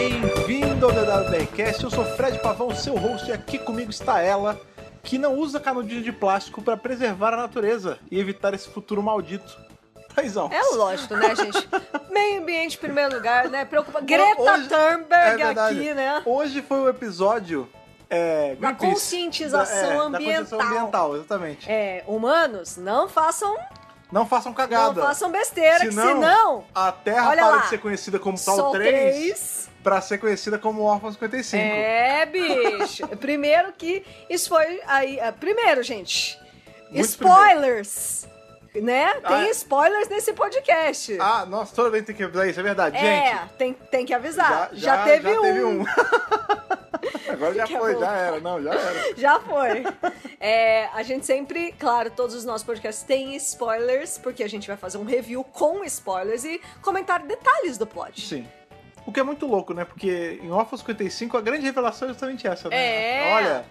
bem-vindo ao DWBcast. Eu sou Fred Pavão, seu host, e aqui comigo está ela, que não usa canudinho de plástico para preservar a natureza e evitar esse futuro maldito. Taizão. É lógico, né, gente? Meio ambiente em primeiro lugar, né? Preocupa... Greta Thunberg É verdade. aqui, né? Hoje foi o episódio. É, Da Greenpeace. conscientização Da- é, da conscientização ambiental. ambiental, exatamente. É, humanos, não façam, Não façam não cagada. façam besteira, que Senão- senão A Terra Olha para lá. de ser conhecida como Sol Sol 3 3. para ser conhecida como Órfão 55. É, bicho. primeiro que isso foi aí, ah, primeiro, gente. Muito spoilers, né? Ah, Tem é. spoilers nesse podcast. Ah, nossa, toda vez tem que avisar isso, é verdade. é, Gente, tem, tem que avisar. Já, Tá, já teve já um. Agora já Que é foi, bom. já era. Não, já era. Já foi. É, a gente sempre, claro, todos os nossos podcasts têm spoilers, porque a gente vai fazer um review com spoilers e comentar detalhes do plot. Sim. O que é muito louco, né? Porque em Órfão 55 a grande revelação é justamente essa, né? É. Olha,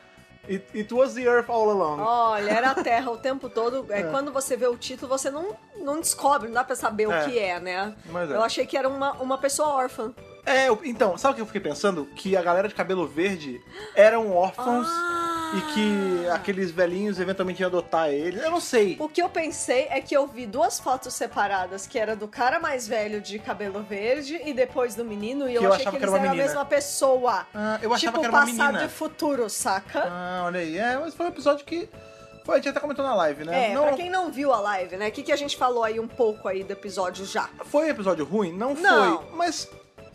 it, it was the Earth all along. Olha, era a Terra o tempo todo. É, É. Quando você vê o título, você não, não descobre, não dá pra saber É. o que é, né? Mas é. Eu achei que era uma, uma pessoa órfã. É, eu- então, sabe o que eu fiquei pensando? Que a galera de cabelo verde eram órfãos Ah! e que aqueles velhinhos eventualmente iam adotar eles. Eu não sei. O que eu pensei é que eu vi duas fotos separadas, que era do cara mais velho de cabelo verde e depois do menino, e eu, eu achei achava que que era eles uma eram a menina. mesma pessoa. Ah, eu achava tipo, que era uma passado menina. e futuro, saca? Ah, olha aí. É, mas foi um episódio que. Foi, a gente até comentou na live, né? É, não pra quem não viu a live, né? O que, que a gente falou aí um pouco aí do episódio já? foi um episódio ruim? Não, Não. foi. Mas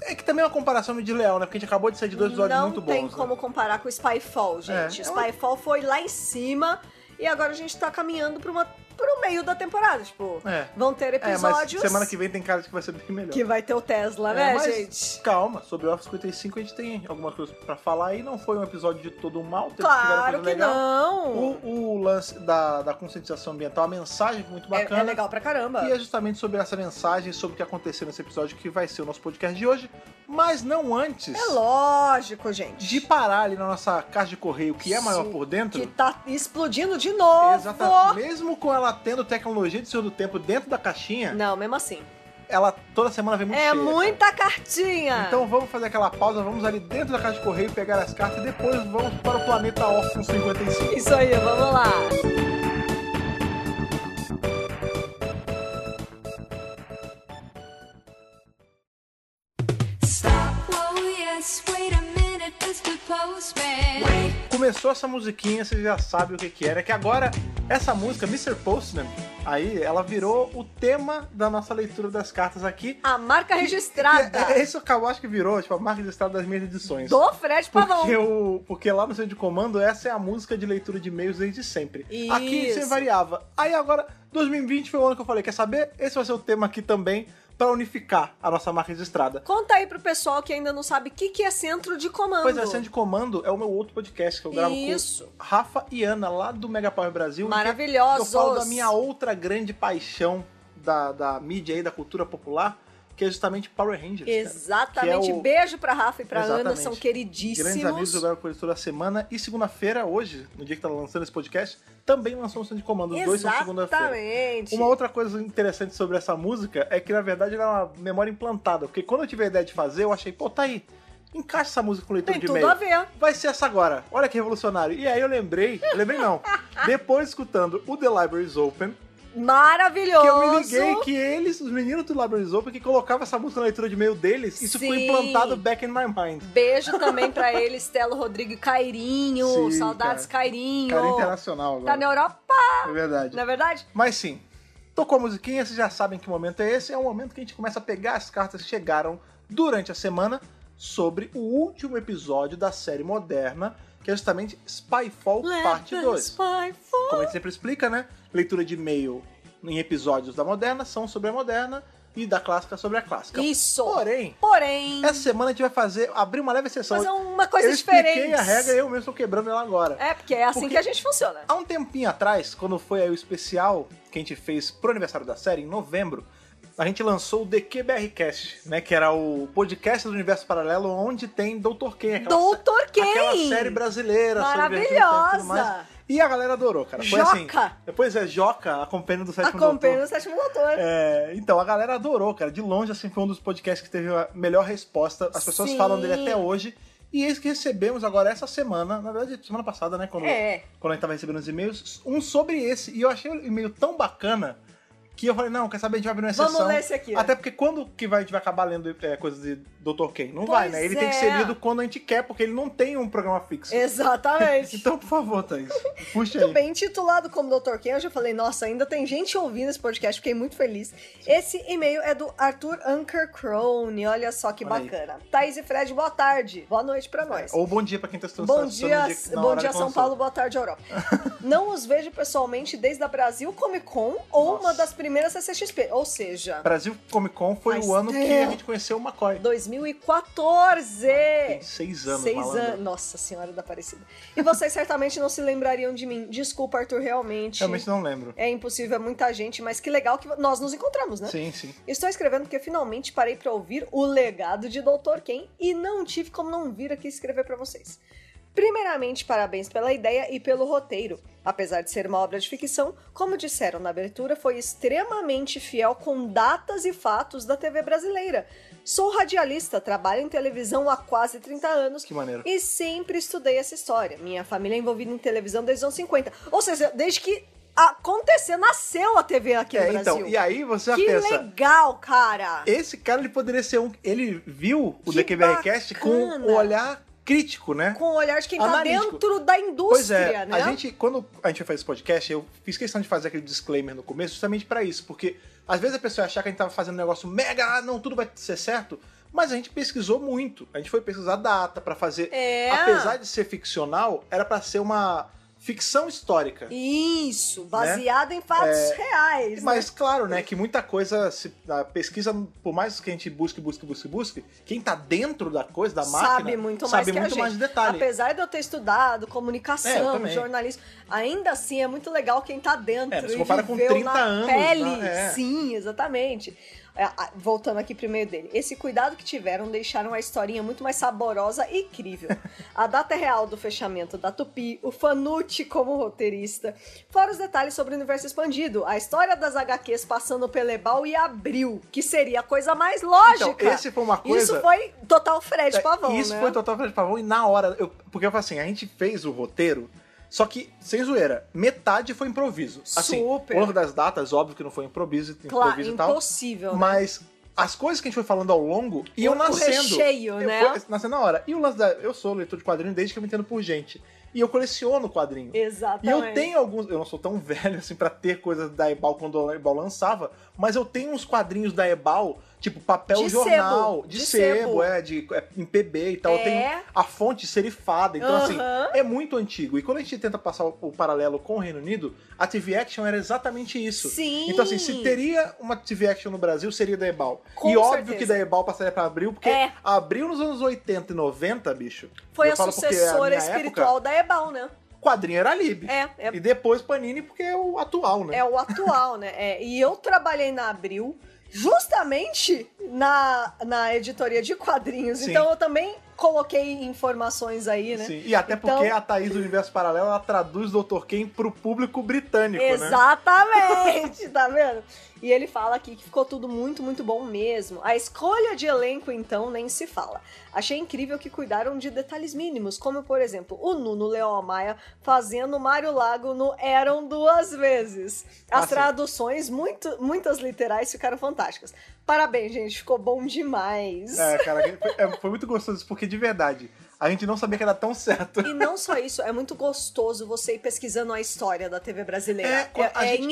é que também é uma comparação meio de leal, né? Porque a gente acabou de sair de dois episódios não muito bons. tem né? como comparar com o Spyfall, gente. É, é um- Spyfall foi lá em cima e agora a gente tá caminhando pra uma, pro meio da temporada. Tipo, É. vão ter É, mas episódios semana que vem tem cara de que vai ser bem melhor. que vai ter o Tesla, É, né, mas gente? Calma, sobre o Office 55 a gente tem algumas coisas pra falar e não foi um episódio de todo mal, teve tiveram Claro coisa que legal. não. É, O, o lance da, da conscientização ambiental, a mensagem foi muito É- bacana. É, legal pra caramba. E é justamente sobre essa mensagem, sobre o que aconteceu nesse episódio que vai ser o nosso podcast de hoje, mas não antes É lógico, gente. de parar ali na nossa caixa de correio, que é maior Sim, por dentro. Que tá explodindo de novo. Exatamente. Mesmo com ela tendo tecnologia de Senhor do Tempo dentro da caixinha, Não, mesmo assim. ela toda semana vem muito é cheia. cara. muita cartinha. Então vamos fazer aquela pausa, vamos ali dentro da caixa de correio pegar as cartas e depois vamos para o planeta órfão 55. Isso aí, vamos lá. Stop, oh yes, wait a minute, Mr. Postman. Começou essa musiquinha, vocês já sabem o que que era, é que agora essa música, Mr. Postman, aí ela virou o tema da nossa leitura das cartas aqui. A marca registrada É, é, isso acabou, acho que virou, tipo, a marca registrada das minhas edições. do Fred Pavão. Porque, o, porque lá no centro de comando, essa é a música de leitura de e-mails desde sempre. Isso. Aqui sempre variava. Aí agora, 2020 foi o ano que eu falei, quer saber? Esse vai ser o tema aqui também, pra unificar a nossa marca registrada. Conta aí pro pessoal que ainda não sabe o que, que é centro de comando. Pois é, centro de comando é o meu outro podcast que eu gravo Isso. com Rafa e Ana, lá do Mega Power Brasil. em que Eu Maravilhosos. falo da minha outra grande paixão da, da mídia e da cultura popular, que é justamente Power Rangers. cara. Exatamente. Que é o- Beijo pra Rafa e pra Ana, Exatamente. são Grandes amigos queridíssimos. do Belo Corretor da semana. E segunda-feira, hoje, no dia que tá lançando esse podcast, também lançou um centro de comando. Os dois são segunda-feira. Exatamente. Uma outra coisa interessante sobre essa música é que, na verdade, ela é uma memória implantada. Porque quando eu tive a ideia de fazer, eu achei, pô, tá aí. Encaixa essa música com leitura Tem de tudo e-mail. a ver. Vai ser essa agora. Olha que revolucionário. E aí eu lembrei, lembrei não. Depois escutando o The Library is Open, Maravilhoso. que eu me liguei que eles, os meninos do Library is Open, que colocavam essa música na leitura de e-mail deles, isso foi Sim. implantado back in my mind. Beijo também pra ele, Estelo Rodrigo e Cairinho. Sim, Saudades, Cairinho. Cara internacional agora. Tá na Europa, É verdade. na verdade? Mas sim, tocou a musiquinha, vocês já sabem que momento é esse. É o momento que a gente começa a pegar as cartas que chegaram durante a semana sobre o último episódio da série moderna, que é justamente Spyfall Parte 2. Como a gente sempre explica, né? Leitura de e-mail em episódios da moderna são sobre a moderna e da clássica sobre a clássica. Isso. Então, Porém, Porém, essa semana a gente vai fazer abrir uma leve exceção. fazer uma coisa eu diferente. expliquei a regra e eu mesmo estou quebrando ela agora. É, porque é assim Porque- que a gente funciona. Há um tempinho atrás, quando foi aí o especial que a gente fez pro aniversário da série, em novembro, a gente lançou o DQBRcast, né? Que era o podcast do Universo Paralelo, onde tem Doutor Quem, aquela, Doutor sé- Quem! aquela série brasileira. sobre Argentina e tudo mais. Maravilhosa! E a galera adorou, cara. Foi assim. Joca. Depois é Joca, a companhia do sétimo Acompanha doutor. o sétimo doutor. É, então, a galera adorou, cara. De longe, assim, foi um dos podcasts que teve a melhor resposta. As pessoas Sim. falam dele até hoje. E eis que recebemos agora essa semana, na verdade, semana passada, né? Quando, É. quando a gente tava recebendo os e-mails, um sobre esse. E eu achei o e-mail tão bacana que eu falei, não, quer saber, a gente vai abrir uma Vamos exceção. ler esse aqui, né? Até porque quando que vai, a gente vai acabar lendo é, coisas de Dr. Ken? Não Pois vai, né? Ele tem que ser é. lido quando a gente quer, porque ele não tem um programa fixo. Exatamente. Então, assim, por favor, Thaís, puxa Muito aí. bem intitulado como Dr. Ken, eu já falei, nossa, ainda tem gente ouvindo esse podcast, fiquei muito feliz. Esse e-mail é do Arthur Anker Crone, olha só que Olha aí. É, bacana. Thaís e Fred, boa tarde, boa noite pra nós. Ou bom dia pra quem tá estudando Bom estudando dia, na bom hora dia que São lançou. Paulo, boa tarde Europa. Não os vejo pessoalmente desde a Brasil Comic Con ou uma das primeiras CCXP, ou seja, Brasil Comic Con foi Mas o ano que tem. a gente conheceu o McCoy. 2014. Tem seis anos, Seis malandro. anos. Nossa Senhora da Aparecida. E vocês certamente não se lembrariam de mim. Desculpa, Arthur, realmente. Realmente não lembro. É impossível, é muita gente, mas que legal que nós nos encontramos, né? Sim, sim. Estou escrevendo porque finalmente parei para ouvir o legado de Dr. Ken e não tive como não vir aqui escrever para vocês. Primeiramente, parabéns pela ideia e pelo roteiro. Apesar de ser uma obra de ficção, como disseram na abertura, foi extremamente fiel com datas e fatos da TV brasileira. Sou radialista, trabalho em televisão há quase 30 anos Que maneiro. e sempre estudei essa história. Minha família é envolvida em televisão desde os anos 50. Ou seja, desde que aconteceu, nasceu a TV aqui É, no Brasil. então, e aí você já que pensa. legal, cara! Esse cara ele poderia ser um. Ele viu o Que DQBRcast com bacana. o olhar crítico, né? Com o olhar de quem tá Analítico. dentro da Pois indústria, é, né? a gente, quando a gente fez esse podcast, eu fiz questão de fazer aquele disclaimer no começo justamente pra isso, porque às vezes a pessoa achar que a gente tava fazendo um negócio mega, ah, não, tudo vai ser certo, mas a gente pesquisou muito. A gente foi pesquisar data pra fazer. É. Apesar de ser ficcional, era pra ser uma ficção histórica. Isso, baseado em fatos né? É, reais. né? Mas claro, né, que muita coisa, se, a pesquisa, por mais que a gente busque, busque, busque, busque, quem tá dentro da coisa, da máquina, sabe muito mais sabe que a muito gente. mais de detalhe. Apesar de eu ter estudado É, eu comunicação, também. jornalismo, ainda assim é muito legal quem tá dentro É, se e compara com viveu 30 na anos, pele. né? É. Sim, exatamente. É, a- Voltando aqui pro meio dele. Esse cuidado que tiveram deixaram a historinha muito mais saborosa e crível. a data real do fechamento da Tupi, o Fanucci como roteirista, fora os detalhes sobre o universo expandido, a história das HQs passando pelo Ebal e Abril, que seria a coisa mais lógica. então, esse foi uma coisa... Isso foi total Fred É, Pavão, Isso né? foi total Fred Pavão e na hora. eu- porque eu falo assim, a gente fez o roteiro, só que, sem zoeira, metade foi improviso. Assim, Super. o longo das datas, óbvio que não foi improviso, Claro, improviso e tal. impossível. né? Mas as coisas que a gente foi falando ao longo iam O- o nascendo. recheio, Eu- né? foi nascendo na hora. E o lance da. Eu sou leitor de quadrinho desde que eu me entendo por gente. E eu coleciono quadrinho. E Exatamente. eu tenho alguns. Eu não sou tão velho assim pra ter coisas da Ebal quando a Ebal lançava, mas eu tenho uns quadrinhos da Ebal, tipo papel De jornal, sebo, de, de sebo, sebo. é, de é, em PB e tal. É. Eu tenho a fonte serifada, então assim, Aham. é muito antigo. E quando a gente tenta passar o, o paralelo com o Reino Unido, a TV Action era exatamente isso. Sim. Então, assim, se teria uma TV Action no Brasil, seria da Ebal. Com e óbvio certeza. que da Ebal passaria pra Abril, porque É. Abril nos anos 80 e 90, bicho. Foi eu a falo porque é sucessora minha espiritual Época, da Ebal, né? quadrinho era Lib. É, é, E depois Panini, porque é o atual, né? é o atual, né? É, e eu trabalhei na Abril justamente na, na editoria de quadrinhos. Sim. Então eu também coloquei informações aí, né? Sim. E até Então- porque a Thaís do Universo Paralelo ela traduz Dr. Ken pro público britânico, né? Exatamente, tá vendo? E ele fala aqui que ficou tudo muito, muito bom mesmo. A escolha de elenco, então, nem se fala. Achei incrível que cuidaram de detalhes mínimos, como, por exemplo, o Nuno Leão Maia fazendo o Mário Lago no Eram Duas Vezes. As Ah, sim. traduções, muito, muitas literais, ficaram fantásticas. Parabéns, gente, ficou bom demais. É, cara, foi, é, foi muito gostoso isso, porque de verdade, a gente não sabia que era tão certo. E não só isso, é muito gostoso você ir pesquisando a história da TV É, brasileira. É, quando a é gente-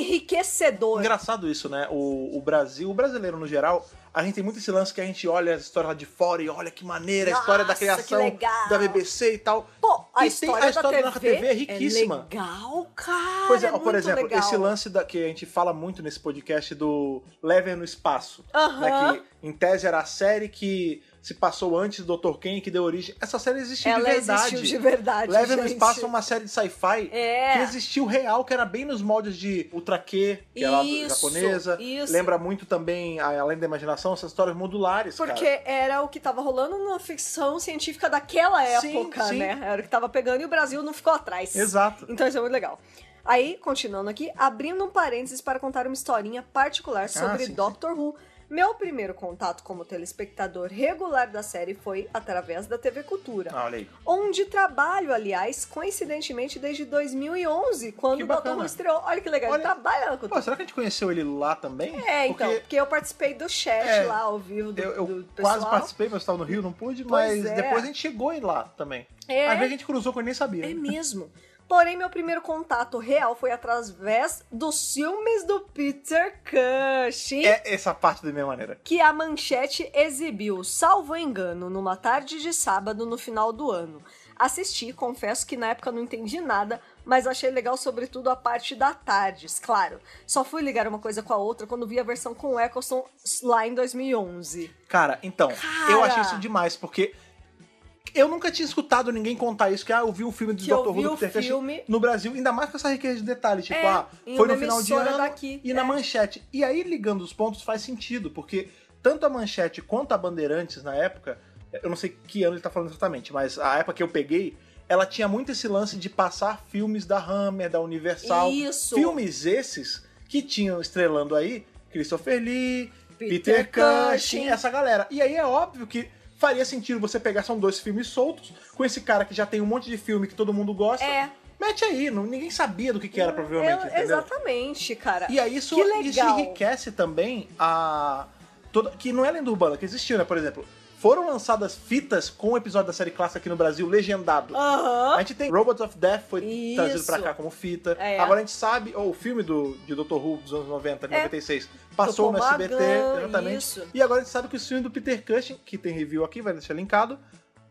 enriquecedor. Engraçado isso, né? O, o Brasil, o brasileiro no geral, a gente tem muito esse lance que a gente olha as histórias lá de fora e olha que maneira, a história da Nossa, que criação legal. da BBC e tal. Pô, E a tem- história, a história da, da TV TV é riquíssima. legal, cara. Pois é, é ó, por muito exemplo, legal. esse lance da, que a gente fala muito nesse podcast do Lever no Espaço. Aham. né, que em tese era a série que se passou antes do Dr. Ken e que deu origem. Essa série existiu Ela de verdade. existiu de verdade. Lever no gente. Espaço é uma série de sci-fi É. que existiu real, que era bem nos moldes de Ultra Q, que é lá do- Isso, japonesa. isso. Lembra muito também, a- além da imaginação, essas histórias modulares, Porque cara. era o que tava rolando na ficção científica daquela Sim, época, sim. né? Era o que tava pegando e o Brasil não ficou atrás. Exato. Então isso é muito legal. Aí, continuando aqui, abrindo um parênteses para contar uma historinha particular sobre Ah, sim, Doctor Who. Meu primeiro contato como telespectador regular da série foi através da TV Cultura. Ah, olha aí. Onde trabalho, aliás, coincidentemente desde 2011, quando Que o Balcão bacana. estreou. Olha que legal, Olha- ele trabalha na cultura. Pô, será que a gente conheceu ele lá também? É, então, porque, Porque eu participei do chat É, lá ao vivo do, eu, eu do pessoal. quase participei, mas eu estava no Rio, não pude, Pois mas é. depois a gente chegou aí lá também. É. Às vezes a gente cruzou que eu nem sabia. É mesmo. Porém, meu primeiro contato real foi através dos filmes do Peter Cushing. É essa parte da minha maneira. Que a manchete exibiu, salvo engano, numa tarde de sábado no final do ano. Assisti, confesso que na época não entendi nada, mas achei legal, sobretudo, a parte da tardes, claro. Só fui ligar uma coisa com a outra quando vi a versão com o Eccleston lá em 2011. Cara, então, Cara! eu achei isso demais, porque eu nunca tinha escutado ninguém contar isso, que ah, eu vi o filme do Que Dr. eu Who vi do o Peter Cushing filme. no Brasil, ainda mais com essa riqueza de detalhe, tipo, É, ah, em foi uma no final de emissora ano daqui, e é. na manchete. E aí, ligando os pontos, faz sentido, porque tanto a manchete quanto a Bandeirantes, na época, eu não sei que ano ele tá falando exatamente, mas a época que eu peguei, ela tinha muito esse lance de passar filmes da Hammer, da Universal. Isso. Filmes esses que tinham estrelando aí Christopher Lee, Peter Peter, Cushing. Cushing, essa galera. E aí é óbvio que faria sentido você pegar, são dois filmes soltos, com esse cara que já tem um monte de filme que todo mundo gosta. É. Hum, Mete aí, não, ninguém sabia do que, que era, provavelmente, Eu- entendeu? exatamente, cara. E aí isso, Que isso legal. enriquece também a. Toda, que não é lenda urbana, que existiu, né? Por exemplo, foram lançadas fitas com o episódio da série clássica aqui no Brasil, legendado. Aham. A gente tem Robots of Death, foi Isso. trazido pra cá como fita. É. Agora a gente sabe, ou o filme do, de Dr. Who dos anos 90, É. 96, passou no Tocou SBT, Magan, exatamente. isso. E agora a gente sabe que o filme do Peter Cushing, que tem review aqui, vai deixar linkado,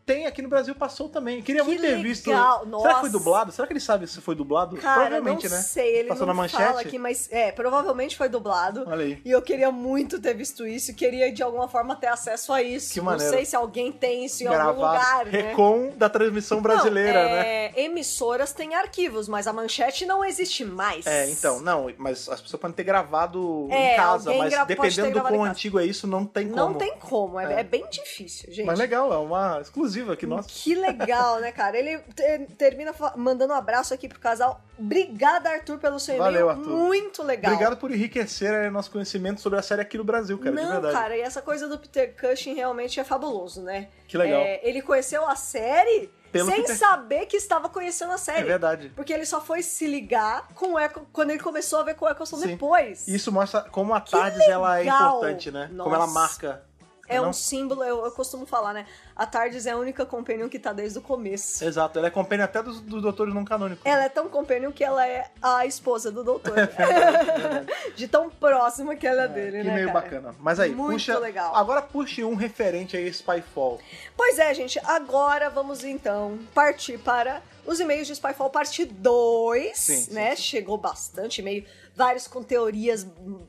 tem aqui no Brasil, passou também. Queria Que muito ter visto. legal, Será que nossa. foi dublado? Será que ele sabe se foi dublado? Cara, não Provavelmente, né? sei, ele passou não na manchete. fala aqui, mas é, provavelmente foi dublado. Olha aí. E eu queria muito ter visto isso, e queria de alguma forma ter acesso a isso. Que não maneiro. sei se alguém tem isso em Gravado. algum lugar, né? Recon da transmissão brasileira, não, né? é, Emissoras têm arquivos, mas a manchete não existe mais. É, então, não, mas as pessoas podem ter gravado É, em casa, alguém mas gra- pode ter dependendo do gravado em quão casa. antigo é isso, não tem Não como. tem como, é, É. é bem difícil, gente. Mas legal, é uma exclusiva aqui, nossa. Que legal, né, cara? Ele te- termina fa- mandando um abraço aqui pro casal. Obrigada, Arthur, pelo seu e-mail. Valeu, Arthur. Muito legal. Obrigado por enriquecer eh, nosso conhecimento sobre a série aqui no Brasil, cara, de Não, verdade. cara, e essa coisa do Peter Cushing realmente é fabuloso, né? Que legal. É, ele conheceu a série Pelo sem Peter- saber que estava conhecendo a é série. verdade. porque ele só foi se ligar com o Echo, quando ele começou a ver com o Eccleston Sim. depois. Isso mostra como a Tardes legal! ela é importante, né? Como ela Nossa. marca. É não? um símbolo, eu, eu costumo falar, né? A Tardes é a única companion que tá desde o começo. Exato, ela é companhia até dos, dos doutores não canônicos. Ela é tão companion que ela é a esposa do doutor. É De tão próxima que ela é dele, que né? meio cara? bacana. Mas aí, Muito puxa. legal. Agora puxe um referente aí, Spyfall. Pois é, gente, agora vamos então partir para os e-mails de Spyfall parte 2, Sim, sim, né? Chegou bastante e-mail, vários com teorias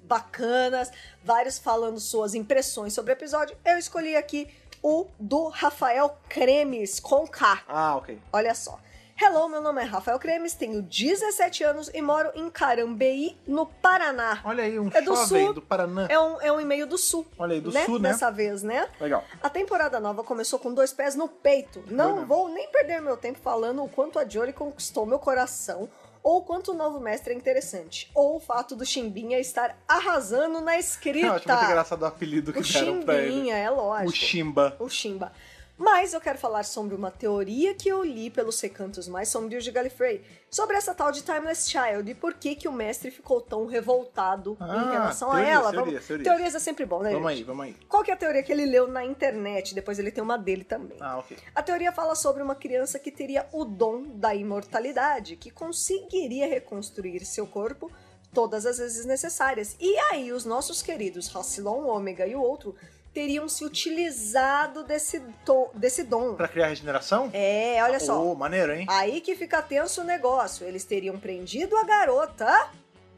bacanas, vários falando suas impressões sobre o episódio. Eu escolhi aqui o do Rafael Cremes com K. Ah, ok. Olha só. Hello, meu nome é Rafael Cremes, tenho 17 anos e moro em Carambeí, no Paraná. Olha aí, um É do jovem sul. do Paraná. É um, é um e-mail do Sul. Olha aí, do Sul, né? Dessa vez, né? Legal. A temporada nova começou com dois pés no peito. Foi Não mesmo. vou nem perder meu tempo falando o quanto a Jory conquistou meu coração ou o quanto o novo mestre é interessante. Ou o fato do Chimbinha estar arrasando na Eu acho É muito escrita. engraçado o apelido que o deram pra ele. Chimbinha, é lógico. O Chimba. O Chimba. Mas eu quero falar sobre uma teoria que eu li pelos recantos mais sombrios de Gallifrey, sobre essa tal de Timeless Child e por que, que o mestre ficou tão revoltado em Ah, relação a teorias, ela. teorias, Vamos- teorias. Teorias é sempre bom, né? Vamos gente? aí, vamos aí. Qual que é a teoria que ele leu na internet? Depois ele tem uma dele também. Ah, ok. A teoria fala sobre uma criança que teria o dom da imortalidade, que conseguiria reconstruir seu corpo todas as vezes necessárias. E aí, os nossos queridos Rassilon Ômega e o outro teriam se utilizado desse, do- desse dom. Pra criar regeneração? É, olha só. Ô, maneiro, hein? Aí que fica tenso o negócio. Eles teriam prendido a garota,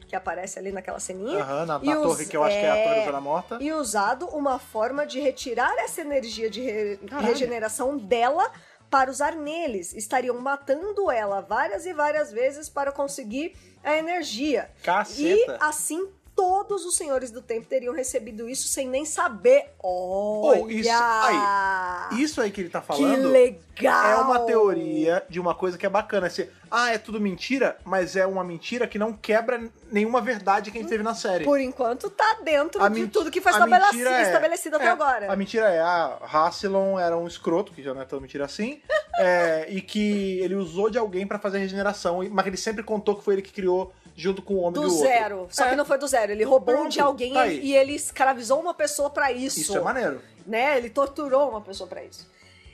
que aparece ali naquela ceninha, Aham, na, e na os- torre que eu acho que é a torre é, da Zona Morta. e usado uma forma de retirar essa energia de re- Caralho. regeneração dela para usar neles. Estariam matando ela várias e várias vezes para conseguir a energia. E Caceta! assim todos os senhores do tempo teriam recebido isso sem nem saber. Olha! Oh, isso- aí, Isso aí que ele tá Ah. que falando legal! é uma teoria de uma coisa que é bacana. É assim, ah, é tudo mentira, mas é uma mentira que não quebra nenhuma verdade que a gente teve na série. Por enquanto, tá dentro A de men- tudo que foi a estabeleci- mentira é- estabelecido até é, agora. A mentira é, ah, Rassilon era um escroto, que já não é tão mentira assim, é, e que ele usou de alguém pra fazer a regeneração, mas ele sempre contou que foi ele que criou junto com o homem do, Do outro. zero. Só É, que não foi do zero. Ele roubou Pronto, de alguém tá e- aí. e ele escravizou uma pessoa pra isso. Isso é maneiro. né? Ele torturou uma pessoa pra isso.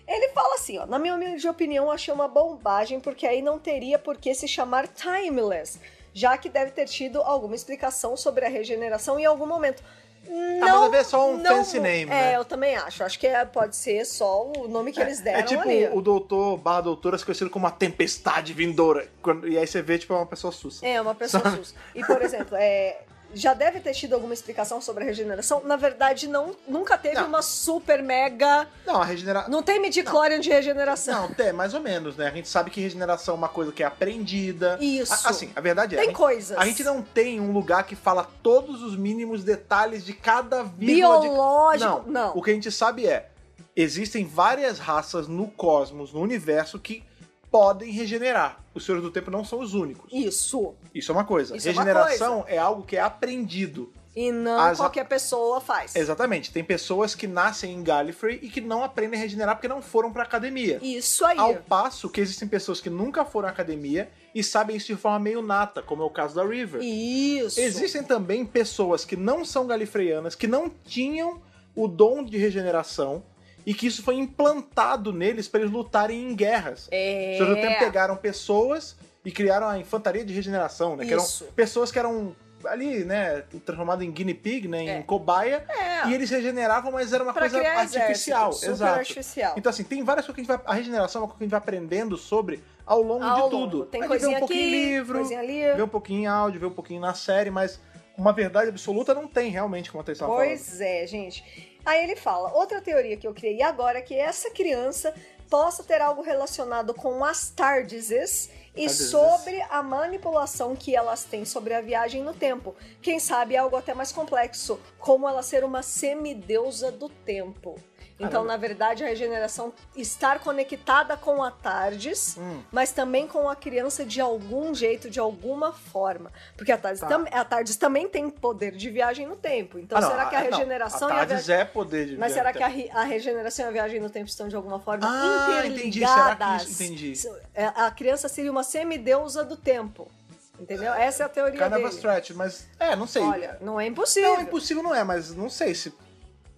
Ele fala assim, ó, na minha humilde opinião, eu achei uma bombagem, porque aí não teria por que se chamar timeless, já que deve ter tido alguma explicação sobre a regeneração em algum momento. Não, Ah, mas deve ser só um fancy name, é, né? eu também acho. Acho que é- pode ser só o nome que eles deram é tipo ali. o doutor barra doutora se conhecido como uma tempestade vindoura. Quando- e aí você vê, tipo, é uma pessoa sussa. É, uma pessoa sus. E, por exemplo, é, já deve ter tido alguma explicação sobre a regeneração. Na verdade, não, nunca teve Não. uma super mega... Não, a regeneração... Não tem midichlorian de regeneração. Não, é mais ou menos, né? A gente sabe que regeneração é uma coisa que é aprendida. Isso. A- assim, a verdade é. a Tem gente- coisas. A gente não tem um lugar que fala todos os mínimos detalhes de cada vírgula de... Biológico. Não. Não. O que a gente sabe é, existem várias raças no cosmos, no universo, que podem regenerar. Os Senhores do Tempo não são os únicos. Isso. Isso é uma coisa. Isso é uma Regeneração é, algo que é aprendido. E não As- qualquer pessoa faz. Exatamente. Tem pessoas que nascem em Gallifrey e que não aprendem a regenerar porque não foram pra academia. Isso aí. Ao passo que existem pessoas que nunca foram à academia e sabem isso de forma meio nata, como é o caso da River. Isso. Existem também pessoas que não são galifreanas, que não tinham o dom de regeneração e que isso foi implantado neles para eles lutarem em guerras. É. Ao mesmo tempo pegaram pessoas e criaram a infantaria de regeneração, né? Que eram Isso. pessoas que eram ali, né, transformadas em guinea pig, né, em É. cobaia, É. e eles regeneravam, mas era uma pra coisa criar artificial, exército, super exato. artificial. Então assim, tem várias coisas que a gente vai, a regeneração é uma coisa que a gente vai aprendendo sobre ao longo Ao de longo. tudo. Tem a gente vê coisinha um pouquinho aqui, em livro, coisinha ali. vê um pouquinho em áudio, vê um pouquinho na série, mas uma verdade absoluta não tem realmente, como a Thaís tava tá falando. Pois é, gente. Aí ele fala: outra teoria que eu criei agora é que essa criança possa ter algo relacionado com as tardeses e Tardeses. sobre a manipulação que elas têm sobre a viagem no tempo. Quem sabe é algo até mais complexo, como ela ser uma semideusa do tempo. Então, Caramba. na verdade, a regeneração estar conectada com a Tardes, Hum. mas também com a criança de algum jeito, de alguma forma. Porque a Tardes, Tá. tam- a Tardes também tem poder de viagem no tempo. Então, Ah, não, será que a não, regeneração a e a Tardes viagem... é poder de Mas será que a, a... ri- a regeneração e a viagem no tempo estão de alguma forma Ah, entendi. Será que interligadas? isso- entendi. Isso- é, A criança seria uma semideusa do tempo. Entendeu? Essa é a teoria Kind of a dele. stretch, mas é, não sei. Olha, não é impossível. não, impossível não é, mas não sei se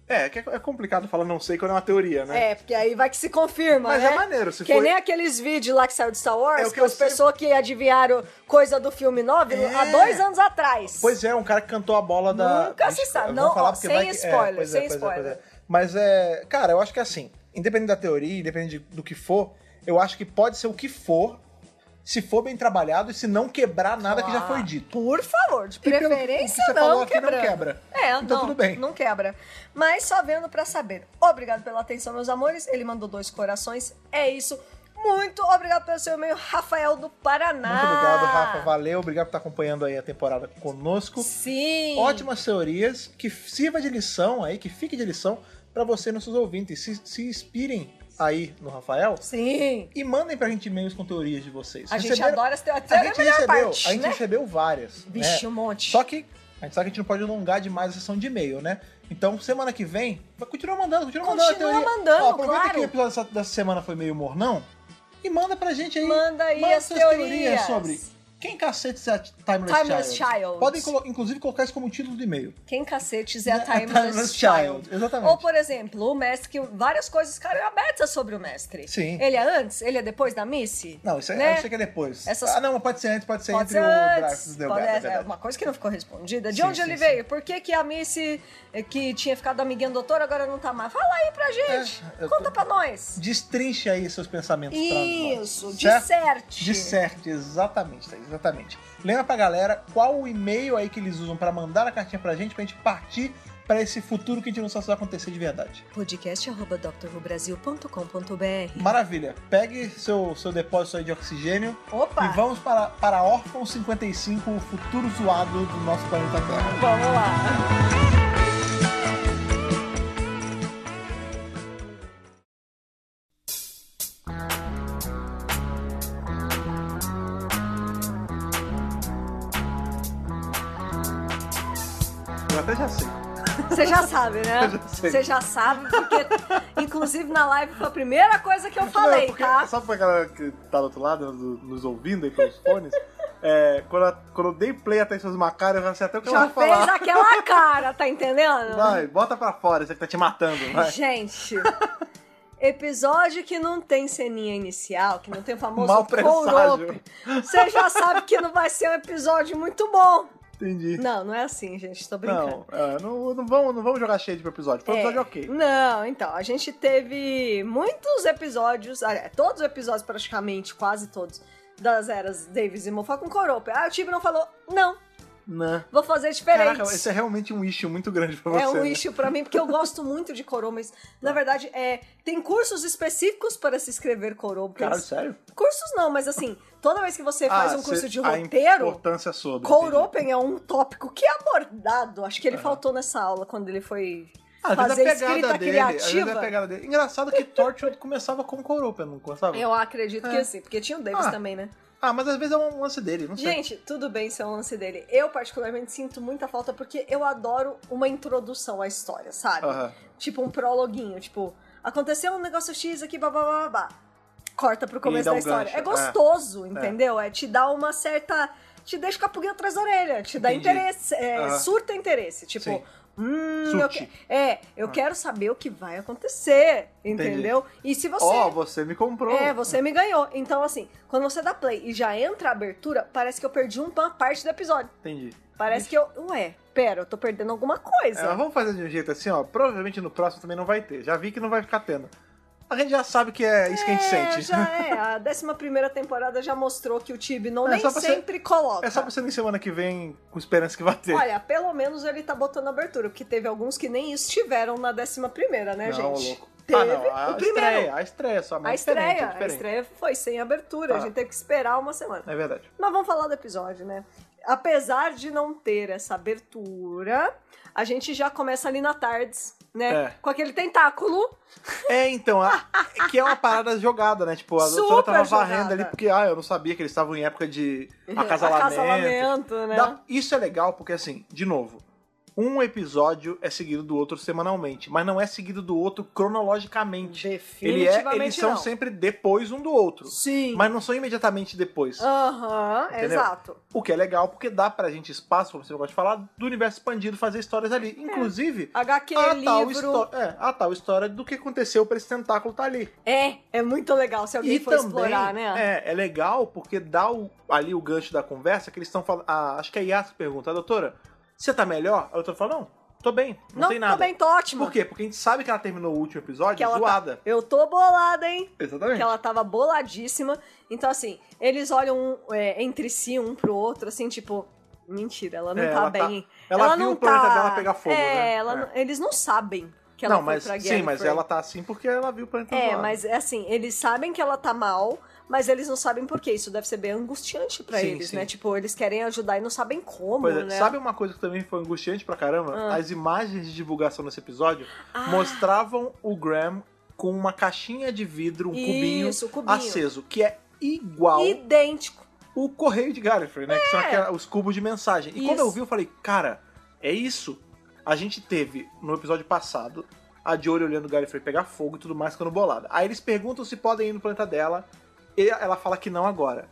é, que é é complicado falar não sei quando é uma teoria, né? É, porque aí vai que se confirma, mas né? é maneiro, se que for nem aqueles vídeos lá que saiu de Star É Wars, o que que, eu as pessoas que adivinharam coisa do filme 9 É. há dois anos atrás. Pois é, um cara que cantou a bola da. Nunca se sabe. vamos Não, falar ó, porque sem vai que- é, spoiler, pois sem pois spoiler. pois Mas é. Cara, eu acho que é assim, independente da teoria, independente de- do que for, eu acho que pode ser o que for, se for bem trabalhado e se não quebrar nada que já Ah. foi dito. Por favor, de E pelo que- o que preferência você não falou aqui não quebrando. quebra. É, Então não, tudo bem. não quebra. Mas só vendo pra saber. Obrigado pela atenção, meus amores. Ele mandou dois corações. É isso. Muito obrigado pelo seu e-mail, Rafael do Paraná. Muito obrigado, Rafa. Valeu, obrigado por estar acompanhando aí a temporada conosco. Ah. Sim. Ótimas teorias, que sirva de lição aí, que fique de lição pra você e nossos ouvintes. Se, se inspirem aí no Rafael Sim. e mandem pra gente e-mails com teorias de vocês. A gente Receberam- adora as teorias. A É a gente melhor recebeu, parte, a gente né? recebeu várias. Vixe, né? um monte. Só que a gente sabe que a gente não pode alongar demais a sessão de e-mail, né? Então, semana que vem, vai continuar mandando, continua mandando a Continua teoria. mandando, Ó, aproveita claro. que o episódio dessa, dessa semana foi meio mornão e manda pra gente aí. Manda aí as suas teorias. sobre quem cacete é a Timeless, Timeless Child. Podem, colo- inclusive, colocar isso como título do e-mail. Quem cacetes é a A Timeless, Timeless Child. Child, exatamente. Ou, por exemplo, o mestre, que várias coisas ficaram abertas sobre o mestre. Sim. Ele é antes? Ele é depois da Missy? Não, isso, é, Né? isso aqui é depois. Essas- Ah, não, mas pode ser antes, pode ser Pode entre ser o antes, Drax pode- Delgado. é, é verdade. uma coisa que não ficou respondida. De Sim, onde sim, ele sim. veio? Por que, que a Missy, eh, que tinha ficado amiguinha do doutor, agora não tá mais? Fala aí pra gente. É, eu- Conta pra nós. Destrinche aí seus pensamentos pra nós. Isso, certo? disserte. Disserte, exatamente, Thaís, exatamente. Lembra pra galera qual o e-mail aí que eles usam pra mandar a cartinha pra gente, pra gente partir para esse futuro que a gente não sabe se vai acontecer de verdade. podcast.drrubrasil.com.br Maravilha. Pegue seu, seu depósito aí de oxigênio Opa! e vamos para, para Órfão 55, o futuro zoado do nosso planeta Terra. Vamos lá! Eu até já sei. Você já sabe, né? Eu já sei. Você já sabe, porque inclusive na live foi a primeira coisa que eu Não, é falei, porque- tá? Sabe pra galera que tá do outro lado, do- nos ouvindo aí pelos fones? É, quando, a- quando eu dei play até suas macaras, eu já sei até o que Já ela vai fez falar. aquela cara, tá entendendo? Vai, bota pra fora, isso que tá te matando, vai. Gente, episódio que não tem ceninha inicial, que não tem o famoso Mal presságio. corope. Você já sabe que não vai ser um episódio muito bom. Entendi. Não, não é assim, gente, tô brincando. Não, é, não, não, vamos, não vamos jogar cheio de episódio. Foi um É. episódio ok. Não, então, a gente teve muitos episódios, aliás, todos os episódios praticamente, quase todos, das eras Davis e Moffat com Corope. Ah, o Tibi não falou, não, Né? vou fazer diferente. Caraca, esse é realmente um issue muito grande pra você. É um né? Tá. issue pra mim, porque eu gosto muito de coroa, mas na verdade é, tem cursos específicos para se escrever coroa. porque Caralho, eles- sério? Cursos não, mas assim, toda vez que você faz Ah, um curso cê- de A roteiro, importância sobre. Cold entendi. Open é um tópico que é abordado. Acho que ele faltou nessa aula quando ele foi Ah, Às vezes fazer a pegada escrita dele, às vezes criativa. a pegada dele. Engraçado que Torchwood começava com Coropa, não começava? Eu acredito que É. assim, porque tinha o Davis Ah, também, né? Ah, mas às vezes é um lance dele, não sei. Gente, tudo bem ser um lance dele. Eu, particularmente, sinto muita falta porque eu adoro uma introdução à história, sabe? Aham. Tipo um prologuinho, tipo, aconteceu um negócio X aqui, babá, babá, babá. Corta pro E começo dá da um história. gancho, É é. gostoso, entendeu? É. te dá uma certa. Te deixa com a pulguinha atrás da orelha, te dá Entendi. interesse, é, Aham. surta interesse. Tipo, Sim. hum, eu Surte. que- é, eu quero saber o que vai acontecer, entendeu? E se você. Ó, você me comprou. É, você me ganhou. Então, assim, quando você dá play e já entra a abertura, parece que eu perdi uma parte do episódio. Entendi. Parece que eu. Ué, pera, eu tô perdendo alguma coisa. É, mas vamos fazer de um jeito assim, ó. Provavelmente no próximo também não vai ter. Já vi que não vai ficar tendo. A gente já sabe que é isso que a gente É, sente. já é. A 11 temporada já mostrou que o Tibi não É, nem só pra sempre coloca. É só pra você nem semana que vem com esperança que vai ter. Olha, pelo menos ele tá botando abertura, porque teve alguns que nem isso tiveram na 11 primeira, né, não, gente? louco. Teve ah, não, a o primeiro. estreia, a estreia só, mas A é diferente, é estreia, a diferente. estreia foi sem abertura, a Ah. gente teve que esperar uma semana. É verdade. Mas vamos falar do episódio, né? Apesar de não ter essa abertura, a gente já começa ali na tardes, né? É. Com aquele tentáculo. É, então, a- é que é uma parada jogada, né? Tipo, a Super doutora tava varrendo jogada. ali porque, ah, eu não sabia que eles estavam em época de acasalamento. Acasalamento, né? Dá- Isso é legal porque, assim, de novo, um episódio é seguido do outro semanalmente, mas não é seguido do outro cronologicamente. Ele é, Definitivamente eles são não. sempre depois um do outro, Sim. Ah. mas não são imediatamente depois. Aham, Entendeu? exato. O que é legal porque dá pra gente espaço, como você gosta de falar, do universo expandido fazer histórias ali. Inclusive, HQ, a, tal É. livro. histó- é, a tal história do que aconteceu pra esse tentáculo tá ali. Eh, É, é muito legal se alguém e for também explorar, né? é, é legal porque dá o- ali o gancho da conversa que eles estão falando. ah, acho que a Yas pergunta, doutora, você tá melhor? A doutora fala, não, tô bem, não, tem nada. tô tá bem, tô ótimo. Por quê? Porque a gente sabe que ela terminou o último episódio Que ela tá- zoada. Eu tô bolada, hein? Exatamente. Que ela tava boladíssima. Então, assim, eles olham um, é, entre si, um pro outro, assim, tipo. Mentira, ela não É, tá ela tá- bem. hein? ela viu não o planeta tá- dela pegar fogo, é, né? Ela É. não- Eles não sabem que ela não, foi mas pra guerra. sim, mas ela tá assim porque ela viu o planeta É, zoado. mas é assim, eles sabem que ela tá mal, mas eles não sabem por quê. Isso deve ser bem angustiante pra Sim, eles, sim. né? Tipo, eles querem ajudar e não sabem como, Pois é, né? Sabe uma coisa que também foi angustiante pra caramba? As imagens de divulgação desse episódio Ah. mostravam o Graham com uma caixinha de vidro, um cubinho, Isso, o cubinho. aceso, que é igual Idêntico. o correio de Gallifrey, né? Que são aquela- os cubos de mensagem. E É. Isso. quando eu vi, eu falei, cara, é isso? A gente teve, no episódio passado, a Jory olhando o Gallifrey pegar fogo e tudo mais, ficando bolada. Aí eles perguntam se podem ir no planeta dela, e ela fala que não agora.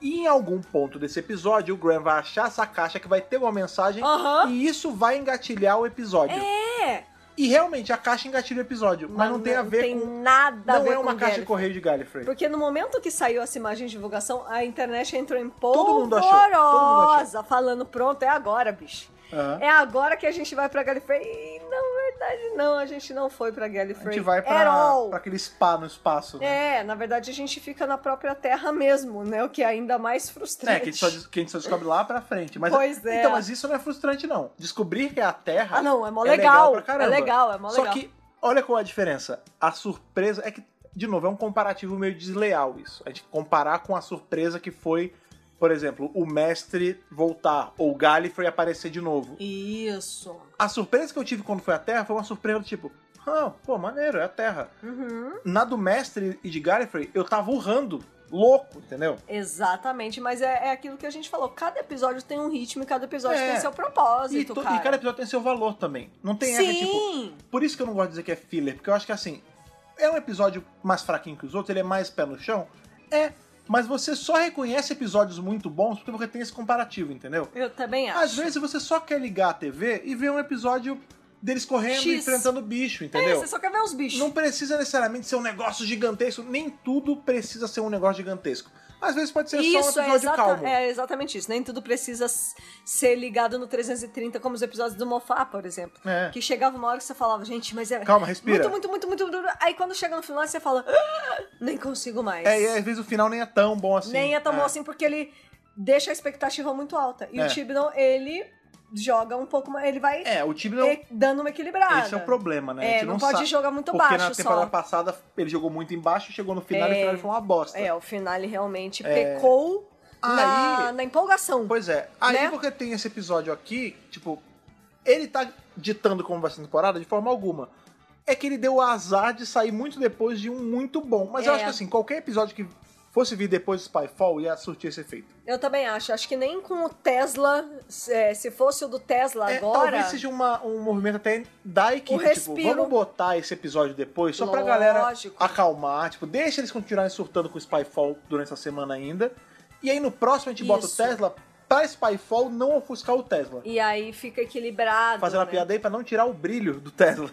E em algum ponto desse episódio, o Graham vai achar essa caixa que vai ter uma mensagem, Aham. e isso vai engatilhar o episódio. É. E realmente, a caixa engatilha o episódio, mas, não, tem a ver tem com... nada a Não ver é com uma caixa o de Gallifrey. correio de Gallifrey. Porque no momento que saiu essa imagem de divulgação, a internet entrou em Todo mundo achou, todo mundo polvorosa, falando, pronto, é agora, bicho. Aham. É agora que a gente vai pra Galifrey. E, na verdade, não, a gente não foi pra A Gallifrey. gente vai at pra, all. pra aquele spa no espaço, né? É, na verdade a gente fica na própria terra mesmo, né? O que é ainda mais frustrante. É, que a, gente só, des- que a gente só descobre lá pra frente. Mas, Pois é. Então, mas isso não é frustrante, não. Descobrir que é a Terra Ah, não, é mó é legal legal. pra é caramba. legal, é mó Só legal. que, olha qual é a diferença. A surpresa é que, de novo, é um comparativo meio desleal isso. A gente comparar com a surpresa que foi, por exemplo, o mestre voltar ou o Gallifrey aparecer de novo. Isso. A surpresa que eu tive quando foi a Terra foi uma surpresa do tipo, ah, pô, maneiro, é a Terra. Uhum, Na do mestre e de Gallifrey, eu tava urrando, louco, entendeu? Exatamente, mas é, é aquilo que a gente falou. Cada episódio tem um ritmo e cada episódio É. tem seu E, propósito, to- e cara. cada episódio tem seu valor também. Não tem essa, tipo, Sim! Por isso que eu não gosto de dizer que é filler, porque eu acho que assim, é um episódio mais fraquinho que os outros, ele é mais pé no chão. É, mas você só reconhece episódios muito bons porque você tem esse comparativo, entendeu? Eu também acho. Às vezes você só quer ligar a TV e ver um episódio deles correndo e X. enfrentando o bicho, é, entendeu? você só quer ver os bichos. Não precisa necessariamente ser um negócio gigantesco, nem tudo precisa ser um negócio gigantesco. Às vezes pode ser só um Isso, é, episódio exata- calmo. é exatamente isso. Nem tudo precisa s- ser ligado no 330, como os episódios do Mofá, por exemplo. É. Que chegava uma hora que você falava, gente, mas é. Calma, respira. Muito, muito, muito, muito, muito. Aí quando chega no final, você fala, "Ah, nem consigo mais. É, e às vezes o final nem é tão bom assim. nem é tão bom assim, porque ele deixa a expectativa muito alta. E É. o Tibnon, ele joga um pouco mais. Ele vai É, o time não. e- dando uma equilibrada. Esse é o problema, né? a É, gente não, não pode sabe. jogar muito Porque baixo na temporada só. passada ele jogou muito embaixo, chegou no final e o final foi uma bosta. É, o finale realmente pecou na, É. Aí- na empolgação. Pois é, aí Né? porque tem esse episódio aqui, tipo, ele tá ditando como vai ser a temporada de forma alguma. É que ele deu o azar de sair muito depois de um muito bom. Mas eu É. acho que assim, qualquer episódio que fosse vir depois do Spyfall ia surtir esse efeito. Eu também acho. Acho que nem com o Tesla, é, se fosse o do Tesla É, agora. talvez seja uma- um movimento até da equipe, Um tipo, respiro. vamos botar esse episódio depois, só pra galera Lógico. acalmar, tipo, deixa eles continuarem surtando com o Spyfall durante essa semana ainda, e aí no próximo a gente bota o Isso. Tesla pra Spyfall não ofuscar o Tesla. E aí fica equilibrado. Fazendo a né? piada aí pra não tirar o brilho do Tesla.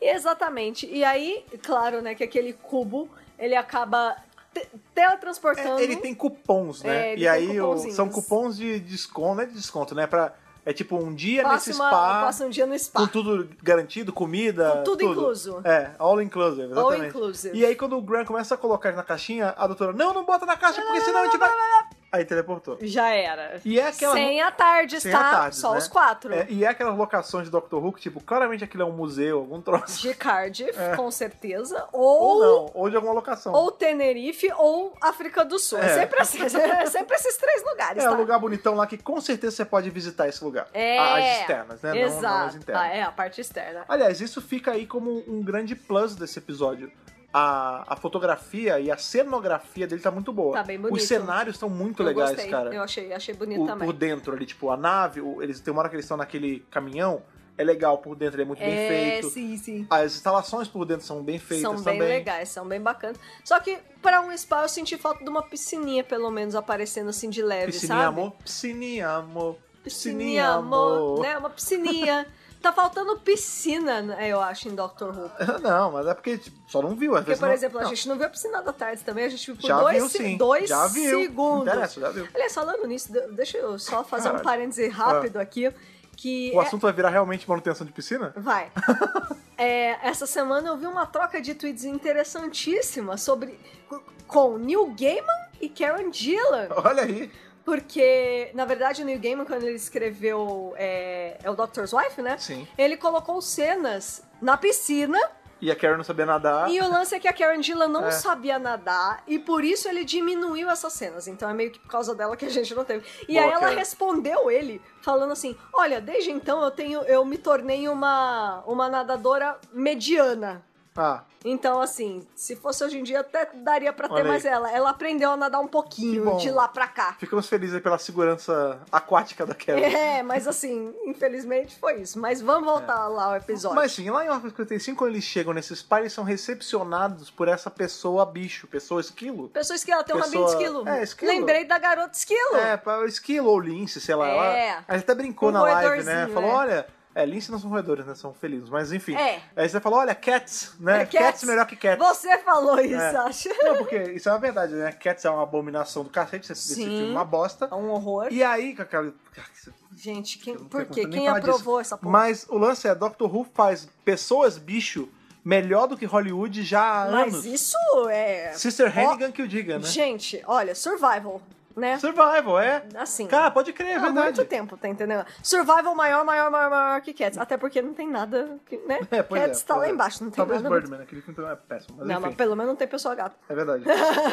Exatamente. E aí, claro, né, que aquele cubo, ele acaba te- teletransportando. É, ele tem cupons, né? É, ele e tem aí o- cupomzinhos. são cupons de desconto, não é de desconto, né? Pra, é tipo um dia passa, nesse uma- spa, passa um dia no spa. com tudo garantido, comida, Com tudo incluso. É, all inclusive, exatamente. All inclusive. E aí, quando o Grant começa a colocar na caixinha, a doutora, não, não bota na caixa, porque senão a gente vai. Aí teleportou. Já era. E é aquela. Sem a tarde, Sem tá? a tardes, Só né? os quatro. É, e é aquelas locações de Doctor Who que, tipo, claramente aquilo é um museu, algum troço. De Cardiff, com certeza. É. Ou Ou, não, ou de alguma locação. ou Tenerife ou África do Sul. É, É. sempre, esses, é sempre esses três lugares, é tá? um lugar bonitão lá que com certeza você pode visitar esse lugar. É. A- As externas, né? Não- Exato. Não, as internas. Ah, é, a parte externa. Aliás, isso fica aí como um grande plus desse episódio. A, a fotografia e a cenografia dele tá muito boa. Tá bem bonito. Os cenários estão muito Eu legais, gostei. cara. Eu achei, achei bonito O- também. por dentro ali, tipo, a nave, o- eles tem uma hora que eles estão naquele caminhão, é legal por dentro, ele é muito bem é, feito. sim, sim. As instalações por dentro são bem feitas são bem também. legais, são bem bacanas. Só que pra um spa eu senti falta de uma piscininha, pelo menos, aparecendo assim de leve, Piscininha sabe? amor, piscininha amor, Piscininha, amor. Né? Uma piscininha. tá faltando piscina, né, eu acho, em Doctor Who. Não, mas é porque tipo, só não viu. Às Porque, vezes por não- exemplo, a não, gente não viu a piscina da tarde também, a gente viu por já dois, viu, se- sim. dois já viu. Não segundos. interessa, já viu. Aliás, falando nisso, de- deixa eu só fazer um Caralho. parêntese rápido aqui. Que ah. O é- assunto vai virar realmente manutenção de piscina? Vai. É, essa semana eu vi uma troca de tweets interessantíssima sobre com Neil Gaiman e Karen Gillan. Olha aí. Porque, na verdade, o Neil Gaiman, quando ele escreveu é, é o Doctor's Wife, né? Sim. Ele colocou cenas na piscina E a Karen não sabia nadar. e o lance é que a Karen Gillan não É. sabia nadar e por isso ele diminuiu essas cenas. Então é meio que por causa dela que a gente não teve. E Boa, aí ela Karen. respondeu ele falando assim: "Olha, desde então eu tenho eu me tornei uma uma nadadora mediana". Ah, Então assim, se fosse hoje em dia até daria pra ter Olha aí. mais ela. Ela aprendeu a nadar um Que bom. pouquinho de lá pra cá. ficamos felizes aí pela segurança aquática da Karen. É, mas assim, infelizmente foi isso. Mas vamos voltar lá ao episódio. É. Mas sim, lá em Orca 55, quando eles chegam nesses spa, eles são recepcionados por essa pessoa bicho, pessoa esquilo. Pessoa esquilo, tem um Pessoa- rabinho de esquilo. É, esquilo. Lembrei da garota esquilo. É, pra- esquilo ou lince, sei lá. Ela, É. ela até brincou Um na live, né? roedorzinho, Falou, é. olha... É, lince não são roedores, né? São felinos, mas enfim. É. Aí você falou, olha, cats, né? É, cats. melhor que cats. Você falou isso, É. acha? Não, porque isso é uma verdade, né? Cats é uma abominação do cacete, esse, esse Sim. filme é uma bosta. É um horror. E aí, com aquela. Gente, quem, Eu não por quero quê? nem Quem falar disso. aprovou essa porra? Mas o lance é, Doctor Who faz pessoas bicho melhor do que Hollywood já há Mas anos. isso é. Sister Hannigan que o diga, né? Gente, olha, survival, né? Survival, é. Assim. Cara, pode crer, é Há verdade. muito tempo, tá entendendo? Survival maior, maior, maior, maior que Cats. Até porque não tem nada, que, né? É, pois Cats é, tá pois lá é. embaixo, não tem Talvez nada. muito- Birdman, aquele filme também é péssimo, mas Não, enfim, mas pelo menos não tem pessoa gata. é verdade.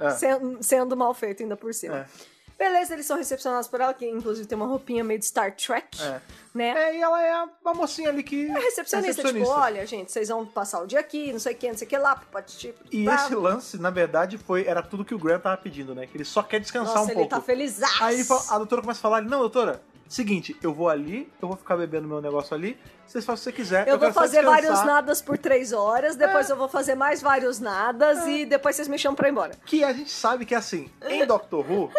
É. Sen- Sendo mal feito ainda por cima. É. Beleza, eles são recepcionados por ela, que inclusive tem uma roupinha meio de Star Trek, É. né? É, e ela é a- a mocinha ali que... É Recepcionista, tipo, olha, gente, vocês vão passar o dia aqui, não sei o que, não sei o que lá, pode tipo. E esse lance, na verdade, foi era tudo que o Graham tava pedindo, né? Que ele só quer descansar Nossa, um ele pouco. tá feliz. Aí ele "Ah, fala- a doutora começa a falar, não, doutora, seguinte, eu vou ali, eu vou ficar bebendo meu negócio ali, vocês fazem o que você quiser. Eu, vou quero só fazer descansar." É. vários nadas por três horas, depois eu vou fazer mais vários nadas e depois vocês me chamam pra ir embora. Que a gente sabe que é assim, em Doctor Who,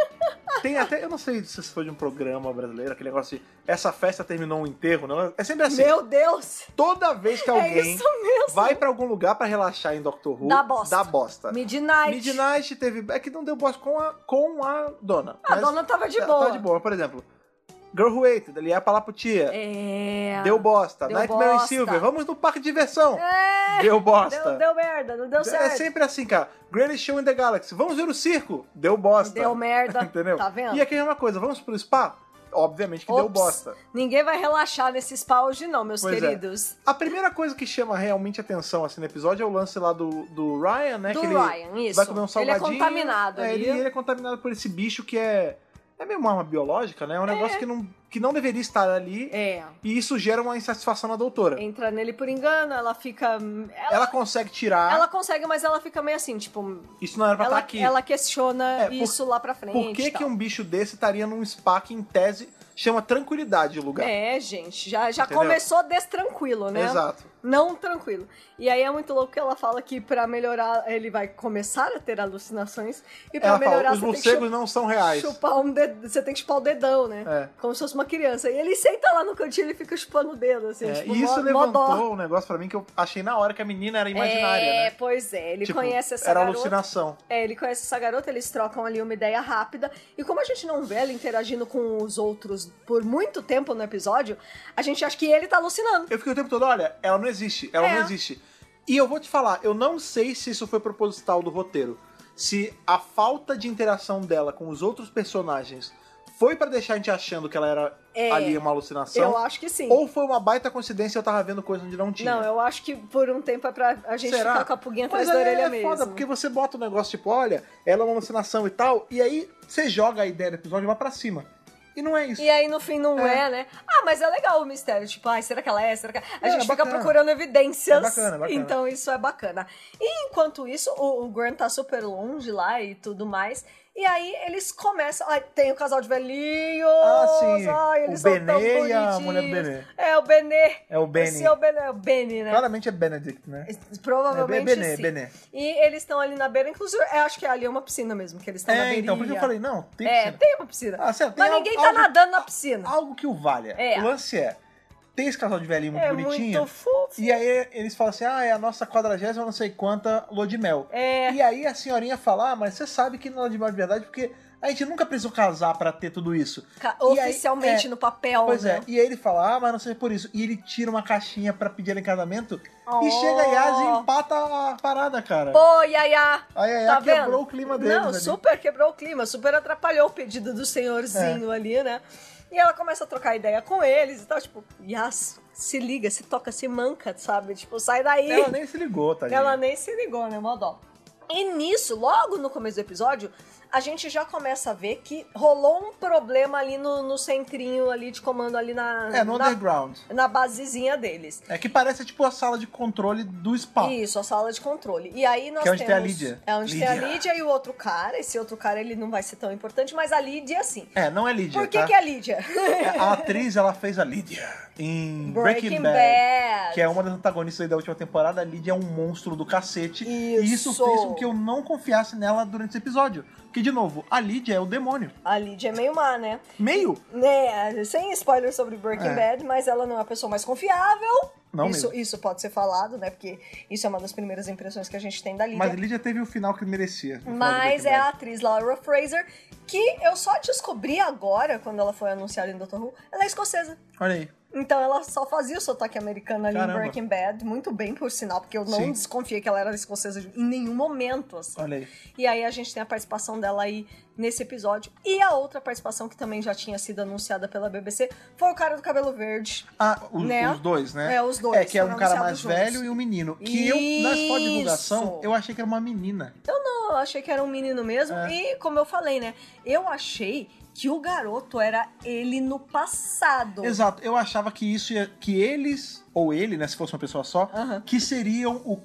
tem até, eu não sei se isso foi de um programa brasileiro, aquele negócio de essa festa terminou um enterro, não? É sempre assim. Meu Deus! Toda vez que É alguém isso mesmo! vai pra algum lugar pra relaxar em Doctor Who, Dá bosta. Dá bosta. Midnight. Midnight teve. É que não deu bosta com a, com a dona. A mas dona tava de tá- boa. Tava de boa, por exemplo. Girl Who Waited, ali é a palaputia. É. Deu bosta. Deu Nightmare bosta. in Silver, vamos no parque de diversão. É. Deu bosta. Deu, deu merda, não deu certo. É sempre assim, cara. Greatest Show in the Galaxy, vamos ver o circo. Deu bosta. Deu merda. Entendeu? Tá vendo? E aqui é uma coisa, vamos pro spa? Obviamente que deu Ops. bosta. Ninguém vai relaxar nesse spa hoje, não, meus Pois é. queridos. A primeira coisa que chama realmente atenção assim, no episódio é o lance lá do, do Ryan, né? Do que ele Ryan, isso. Vai comer um Ele é salgadinho. contaminado É, ali. ele, ele é contaminado por esse bicho que é. É meio uma arma biológica, né? É um negócio que não, que não deveria estar ali. É. E isso gera uma insatisfação na doutora. Entra nele por engano, ela fica. Ela, Ela consegue tirar. ela consegue, mas ela fica meio assim, tipo. Isso não era pra Ela, estar tá aqui. ela questiona É, por- isso lá pra frente. Por e que, tal. que um bicho desse estaria num spa que, em tese, chama tranquilidade o lugar? É, gente, já, já Entendeu? começou destranquilo, né? Exato. Não tranquilo. E aí é muito louco que ela fala que pra melhorar ele vai começar a ter alucinações e pra Ela fala, melhorar os você tem que morcegos não são reais. chupar um dedo, você tem que chupar o dedão, né? É. Como se fosse uma criança. E ele senta lá no cantinho e fica chupando o dedo, assim, É, tipo, e isso mó, mó levantou dó. um negócio pra mim que eu achei na hora que a menina era imaginária, é, né? pois é. Ele Tipo, conhece essa Era garota. alucinação. É, ele conhece essa garota, eles trocam ali uma ideia rápida. E como a gente não vê ela interagindo com os outros por muito tempo no episódio, a gente acha que ele tá alucinando. Eu fiquei o tempo todo, olha, ela não existe, ela É. não existe. E eu vou te falar, eu não sei se isso foi proposital do roteiro. Se a falta de interação dela com os outros personagens foi pra deixar a gente achando que ela era É. ali uma Eu alucinação. acho que sim. Ou foi uma baita coincidência e eu tava vendo coisa onde não tinha. Não, eu acho que por um tempo é pra a gente Será? ficar com a pulguinha atrás Mas da aí orelha é mesmo. foda, porque você bota um negócio tipo, olha, ela é uma alucinação e tal, e aí você joga a ideia do episódio lá pra cima. E não é isso. E aí no fim não é. É. né? Ah, mas é legal o mistério. Tipo, ai, será que ela é? Será que... A É, gente é fica bacana. procurando evidências. É bacana, é bacana. Então isso é bacana. E enquanto isso, o, o Grant tá super longe lá e tudo mais. E aí eles começam. Ai, tem o casal de velhinhos. Ah, sim. Ai, eles o são tão Benê e a bonitinhos. mulher do Benê. É o Benê. É o Benny. Esse é o Benê. É o Benê, né? Claramente é Benedict, né? Provavelmente É Benê, sim. Benê. E eles estão ali na beira, inclusive, eu acho que ali é uma piscina mesmo, que eles estão na É, beirinha. então, por isso que eu falei, não, tem é, piscina. tem uma piscina. Ah, certo, tem Mas al- ninguém tá algo- nadando na piscina. Algo que o valha. É. O lance é, tem esse casal de velhinho muito é bonitinho, muito fofo. e aí eles falam assim, ah, é a nossa quadragésima não sei quanta lua de mel. É. E aí a senhorinha fala, ah, mas você sabe que não é lua de mel de verdade, porque a gente nunca precisou casar pra ter tudo isso. Ca- E aí- Oficialmente é, no papel, Pois né? é, e aí ele fala, ah, mas não sei por isso. E ele tira uma caixinha pra pedir ela em casamento Oh. e chega a Yas e empata a parada, cara. Pô, Yaya! Aí aí Tá quebrou vendo? o clima deles Não, ali. super quebrou o clima, super atrapalhou o pedido do É. senhorzinho ali, né? E ela começa a trocar ideia com eles e tal, tipo, Yas, se liga, se toca, se manca, sabe? Tipo, sai daí. Ela nem se ligou, tá Ela nem se ligou, né? Mó dó. E nisso, logo no começo do episódio, a gente já começa a ver que rolou um problema ali no, no centrinho ali de comando ali na, É, no na, underground. na basezinha deles. É que parece tipo a sala de controle do spa. Isso, a sala de controle. E aí nós Que é onde tem temos... a Lídia. É onde tem a Lídia. Lídia e o outro cara. Esse outro cara, ele não vai ser tão importante, mas a Lídia, sim. É, não é Lídia, Por que tá? que é a Lídia? A atriz, ela fez a Lídia em Breaking, Bad. Bad. Que é uma das antagonistas aí da última temporada, a Lydia é um monstro do cacete. E isso Isso. fez com que eu não confiasse nela durante esse episódio. Porque, de novo, a Lydia é o demônio. A Lídia é meio má, né? Meio! né, sem spoiler sobre Breaking É. Bad, mas ela não é a pessoa mais confiável, Não isso, mesmo. isso pode ser falado, né? Porque isso é uma das primeiras impressões que a gente tem da Lydia. Mas Lydia teve o final que merecia. no final de Mas é Breaking a atriz Laura Fraser, que eu só descobri agora, quando ela foi anunciada em Doctor Who, ela é escocesa. Bad. Olha aí. Então ela só fazia o sotaque americano ali Caramba. em Breaking Bad, muito bem por sinal, porque eu não Sim. desconfiei que ela era escocesa em nenhum momento, assim. Olha aí. E aí a gente tem a participação dela aí nesse episódio. E a outra participação que também já tinha sido anunciada pela BBC foi o cara do cabelo verde. Ah, os, Né? os dois, né? É, os dois, É, que é um foram cara mais anunciados velho juntos. e um menino. Que eu, na sua divulgação, Isso. eu achei que era uma menina. Não, eu achei que era um menino mesmo. É. E como eu falei, né? Eu achei que o garoto era ele no passado. Exato. Eu achava que isso ia. Que eles, ou ele, né? Se fosse uma pessoa só, Aham. que seriam o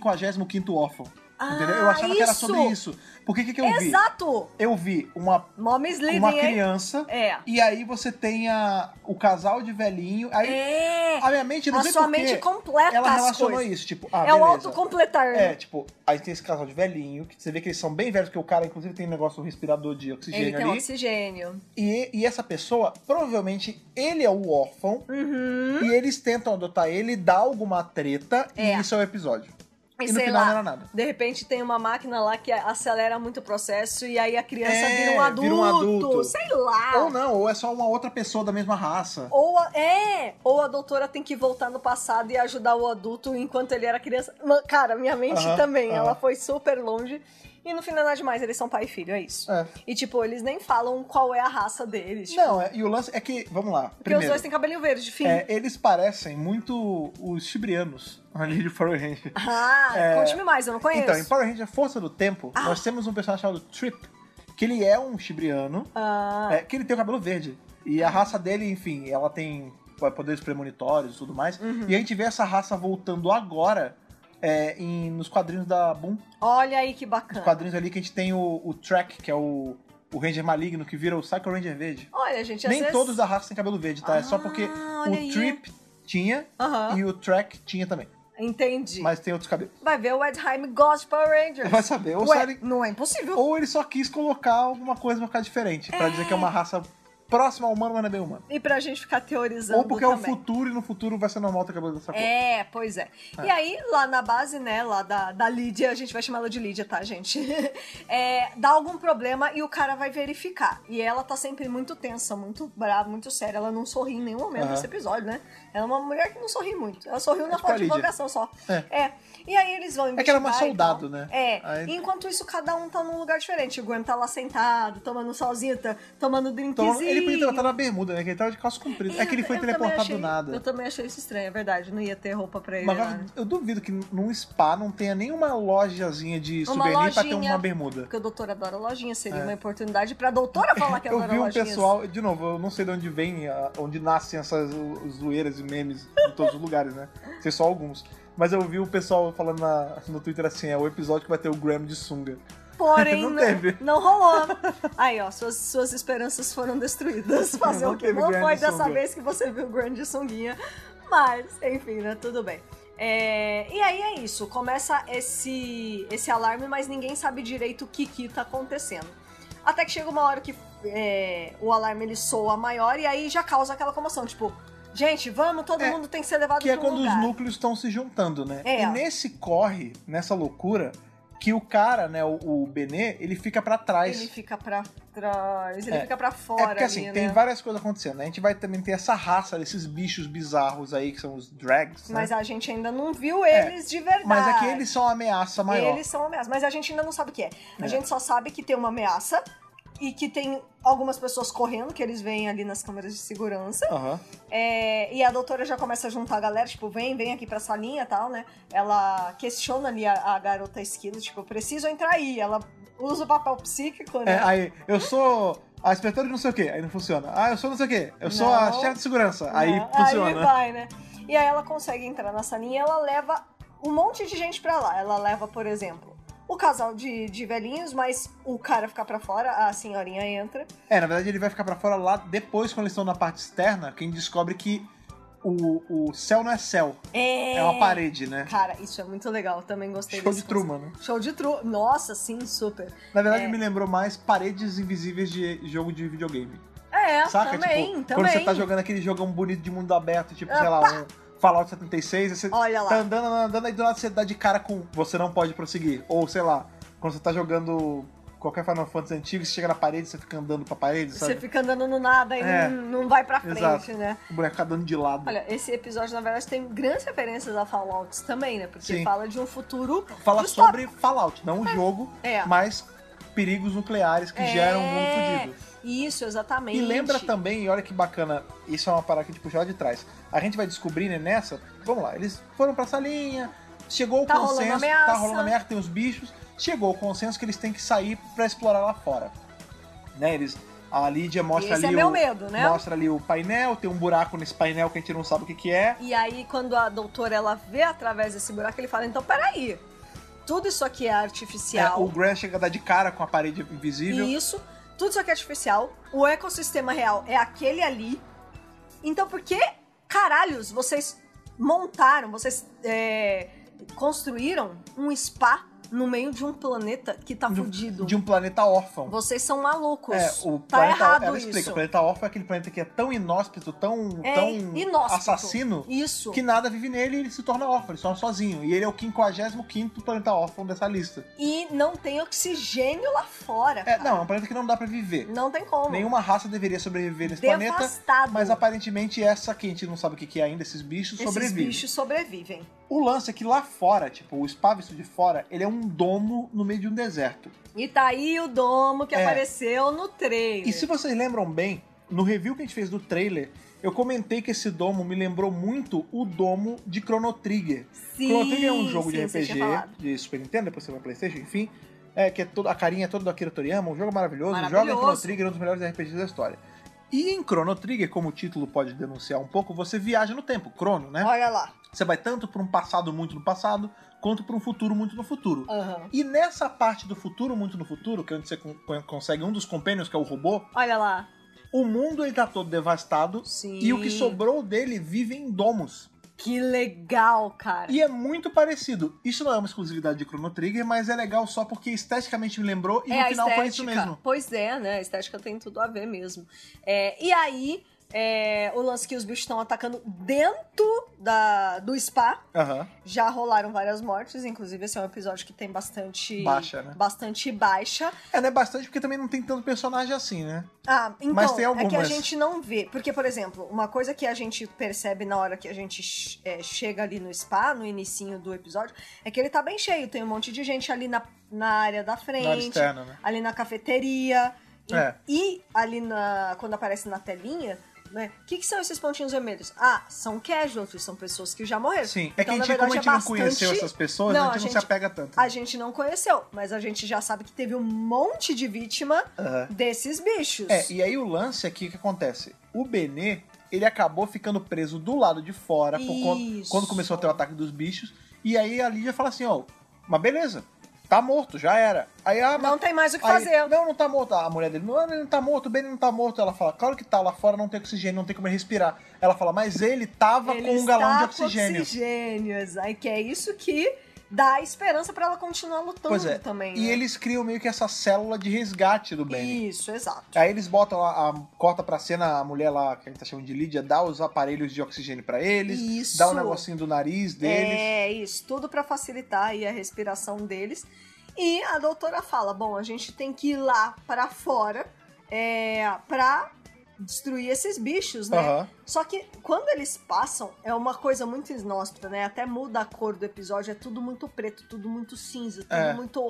55 órfão. Ah, entendeu? Eu achava que era isso. sobre isso. Porque o que, que eu Exato! vi? Eu vi uma, Mó misleading, uma hein? criança. É. E aí você tem a, o casal de velhinho. Aí É. a minha mente, não A sei sua porquê, mente completa ela as relacionou coisas. isso. Tipo, ah, é o beleza. autocompletar. né? É, tipo, aí tem esse casal de velhinho, que você vê que eles são bem velhos, porque o cara, inclusive, tem um negócio respirador de oxigênio Ele tem ali. oxigênio. E, e essa pessoa, provavelmente, ele é o órfão, Uhum. e eles tentam adotar ele, dá alguma treta, É. e isso é o episódio. E, no sei final lá, não era nada. De repente tem uma máquina lá que acelera muito o processo e aí a criança É, vira, um adulto, vira um adulto. Sei lá. Ou não, ou é só uma outra pessoa da mesma raça. Ou a, é, ou a doutora tem que voltar no passado e ajudar o adulto enquanto ele era criança. Ma- Cara, minha mente Aham, também, aham. ela foi super longe. E no final nada demais, eles são pai e filho, é isso. É. E tipo, eles nem falam qual é a raça deles. tipo, Não, é- e o lance é que, vamos lá, porque os primeiro, dois têm cabelinho verde, fim. é, eles parecem muito os chibrianos ali de Power Ranger. Ah, É. conte-me mais, eu não conheço. Então, em Power Ranger Força do Tempo, Ah. nós temos um personagem chamado Trip, que ele é um chibriano, Ah, É, que ele tem o cabelo verde. E a raça dele, enfim, ela tem é, poderes premonitórios e tudo mais. Uhum. E a gente vê essa raça voltando agora é, em- nos quadrinhos da Boom. olha aí que Nos bacana. quadrinhos ali que a gente tem o, o Track, que é o, o Ranger maligno, que vira o Psycho Ranger verde. Olha, gente, às Nem vezes... todos da raça têm cabelo verde, tá? é só porque Ah, o olha aí. Trip tinha Aham. e o Track tinha também. Entendi. Mas tem outros cabelos. Vai ver o Edheim Ghost Power Rangers. Vai saber. Ou, Ué, série- não é impossível. ou ele só quis colocar alguma coisa pra ficar diferente. Pra dizer que é uma raça próxima ao humano, mas não é bem humana. E pra gente ficar teorizando Ou porque também. é o futuro e no futuro vai ser normal ter cabelo dessa cor. É, pois é. E aí, lá na base, né, lá da, da Lídia, a gente vai chamar ela de Lídia, tá, gente? É, dá algum problema e o cara vai verificar. E ela tá sempre muito tensa, muito brava, muito séria. Ela não sorri em nenhum momento Aham. nesse episódio, né? Ela é uma mulher que não sorri muito. Ela sorriu na tipo foto a de Lídia. divulgação só. É. E aí eles vão É que ela é uma investigar e soldado, tal. né? É. Aí- Enquanto isso, cada um tá num lugar diferente. O Gwen tá lá sentado, tomando um solzinho, tá tomando Então, drinkzinho. ele podia ter botado na bermuda, né? Que ele tava de calça comprida. é que ele foi Eu- eu também teleportado achei- do Eu nada. também achei isso estranho, é verdade. Não ia ter roupa pra ele. Mas lá, agora, né? eu duvido que num spa não tenha nenhuma lojazinha de Uma souvenir pra ter lojinha. uma bermuda. É. Porque o doutor adora lojinha, seria uma oportunidade pra doutora falar que Eu adora vi um lojinhas. pessoal, de novo, eu não sei de onde vem, a- onde nascem essas o- zoeiras e memes em todos os lugares, né? Sei só alguns. Mas eu vi o pessoal falando na- no Twitter assim, é o episódio que vai ter o Graham de sunga. Porém, Não não, teve. não rolou. Aí, ó, suas, suas esperanças foram destruídas. Fazer Não o que teve não grande foi dessa sunga. vez que você viu o grande sunguinha. Mas, enfim, né? Tudo bem. É, e aí é isso. Começa esse, esse alarme, mas ninguém sabe direito o que que tá acontecendo. Até que chega uma hora que é, o alarme ele soa maior e aí já causa aquela comoção. Tipo, gente, vamos, todo É, mundo tem que ser levado Que é pra um quando lugar. os núcleos estão se juntando, né? É. E nesse corre, nessa loucura, que o cara, né, o, o Benê, ele fica pra trás. Ele fica pra trás, ele É. fica pra é fora. porque assim, ali, tem né? várias coisas acontecendo. né? A gente vai também ter essa raça desses bichos bizarros aí, que são os drags, né? Mas a gente ainda não viu É, eles de verdade. Mas é que eles são a ameaça maior. Eles são ameaças. Mas a gente ainda não sabe o que é. A É. gente só sabe que tem uma ameaça e que tem algumas pessoas correndo, que eles veem ali nas câmeras de segurança. Aham. É, e a doutora já começa a juntar a galera, tipo, vem, vem aqui pra salinha e tal, né? Ela questiona ali a, a garota esquilo, tipo, eu preciso entrar aí. Ela usa o papel psíquico, né? É, aí, eu sou a inspetora de não sei o quê, aí não funciona. Ah, eu sou não sei o quê, eu sou a Não. chefe de segurança, aí Né? Aí funciona. vai, né? E aí ela consegue entrar na salinha e ela leva um monte de gente pra lá. Ela leva, por exemplo, o casal de, de velhinhos, mas o cara fica pra fora, a senhorinha entra. É, na verdade ele vai ficar pra fora lá depois, quando eles estão na parte externa, quem descobre que o, o céu não é céu, É, é uma parede, né? Cara, isso é muito legal, eu também gostei Show desse de Truman, né? conceito. Show de Truman. Nossa, sim, super. Na verdade, É. me lembrou mais paredes invisíveis de jogo de videogame. É, Saca? também, tipo, também. quando você tá jogando aquele jogão bonito de mundo aberto, tipo, Ah, sei lá, um Fallout 76, e você Olha lá. tá andando, andando, andando, aí do lado você dá de cara com você não pode prosseguir. Ou sei lá, quando você tá jogando qualquer Final Fantasy antigo, você chega na parede, você fica andando pra parede, Você sabe? fica andando no nada e É. não, não vai pra frente, Exato. né? O boneco fica dando de lado. Olha, esse episódio, na verdade, tem grandes referências a Fallouts também, né? Porque Sim. fala de um futuro. Fala distópico. sobre Fallout, não o jogo, É. mas perigos nucleares que É. geram um mundo fodido. Isso, exatamente. E lembra também, e olha que bacana, isso é uma parada que a gente puxou lá de trás. A gente vai descobrir, né, nessa, vamos lá, eles foram pra salinha, chegou o Tá rolando consenso, ameaça. tá rolando ameaça, tem os bichos, chegou o consenso que eles têm que sair pra explorar lá fora. Né, eles, a Lídia mostra Esse ali é meu o, medo, né? mostra ali o painel, tem um buraco nesse painel que a gente não sabe o que que é. E aí, quando a doutora ela vê através desse buraco, ele fala: então peraí, tudo isso aqui é É, o artificial. Grant chega a dar de cara com a parede invisível. e isso, tudo isso aqui é artificial. O ecossistema real é aquele ali. Então, por que caralhos vocês montaram, vocês é, construíram um spa no meio de um planeta que tá de um- fudido? De um planeta órfão. Vocês são malucos. É, o tá planeta, errado ela isso. explica, o planeta órfão é aquele planeta que é tão inóspito, tão, É tão inóspito. assassino, Isso. que nada vive nele e ele se torna órfão, ele se torna sozinho. E ele é o 55 planeta órfão dessa lista. E não tem oxigênio lá fora. É, cara. não, é um planeta que não dá pra viver. Não tem como. Nenhuma raça deveria sobreviver nesse planeta, Devastado. mas aparentemente essa que a gente não sabe o que que é ainda, esses bichos Esses sobrevivem. bichos sobrevivem. O lance é que lá fora, tipo, o spa visto de fora, ele é um domo no meio de um deserto. E tá aí o domo que É. apareceu no trailer. E se vocês lembram bem, no review que a gente fez do trailer, eu comentei que esse domo me lembrou muito o domo de Chrono Trigger. sim, Chrono Trigger é um jogo sim, de você tinha RPG falado. de Super Nintendo, depois você vai pra Playstation, enfim. É, que é todo, a carinha toda do Akira Toriyama, um jogo maravilhoso. Maravilhoso. Joga em Chrono Trigger, um dos melhores RPGs da história. E em Chrono Trigger, como o título pode denunciar um pouco, você viaja no tempo, Chrono, né? Olha lá. Você vai tanto pra um passado muito no passado, quanto pra um futuro muito no futuro. Aham. E nessa parte do futuro muito no futuro, que é onde você con- consegue um dos companions, que é o robô, Olha lá. o mundo ele tá todo devastado Sim. e o que sobrou dele vive em domos. Que legal, cara. E é muito parecido. Isso não é uma exclusividade de Chrono Trigger, mas é legal só porque esteticamente me lembrou e é no a final estética. foi isso mesmo. Pois é, né? A estética tem tudo a ver mesmo. É, e aí, é, o lance que os bichos estão atacando dentro da, do spa. Aham. Já rolaram várias mortes, inclusive esse é um episódio que tem bastante. Baixa, né? Bastante baixa. É, não é bastante porque também não tem tanto personagem assim, né? Ah, então, Mas tem é que a algumas. gente não vê. Porque, por exemplo, uma coisa que a gente percebe na hora que a gente é, chega ali no spa, no inicinho do episódio, é que ele tá bem cheio. Tem um monte de gente ali na, na área da frente, Na área externa, né? ali na cafeteria. E, É. e ali na. Quando aparece na telinha, né? O que, que são esses pontinhos vermelhos? Ah, são casualties, são pessoas que já morreram. Sim. É que Então, a na gente, como a verdade, gente é não conheceu bastante- essas pessoas, Não, a, gente a não gente- se apega tanto. A gente não conheceu, mas a gente já sabe que teve um monte de vítima Aham. desses bichos. É, e aí o lance aqui, o que acontece? O Benê, ele acabou ficando preso do lado de fora por conta- Isso. quando começou a ter o ataque dos bichos. E aí a Lídia fala assim, ó, mas beleza, tá morto, já era. Aí "Ah, a Não tem mais o que aí- fazer. não, não tá morto. A mulher dele, não, ele não tá morto, o Benê não tá morto. Ela fala, claro que tá, lá fora não tem oxigênio, não tem como ele respirar. Ela fala, mas ele tava Ele com um está galão de com oxigênio. oxigênio, exa- que é isso que dá esperança pra ela continuar lutando Pois é. também. E né? né? eles criam meio que essa célula de resgate do Benny. Isso, exato. Aí eles botam a, a- corta pra cena a mulher lá, que a gente tá chamando de Lídia, dá os aparelhos de oxigênio pra eles, Isso. dá um negocinho do nariz deles. É isso, tudo pra facilitar aí a respiração deles. E a doutora fala: bom, a gente tem que ir lá pra fora é, pra destruir esses bichos, né? Aham. Só que quando eles passam, é uma coisa muito inóspita, né? Até muda a cor do episódio, é tudo muito preto, tudo muito cinza, tudo É. muito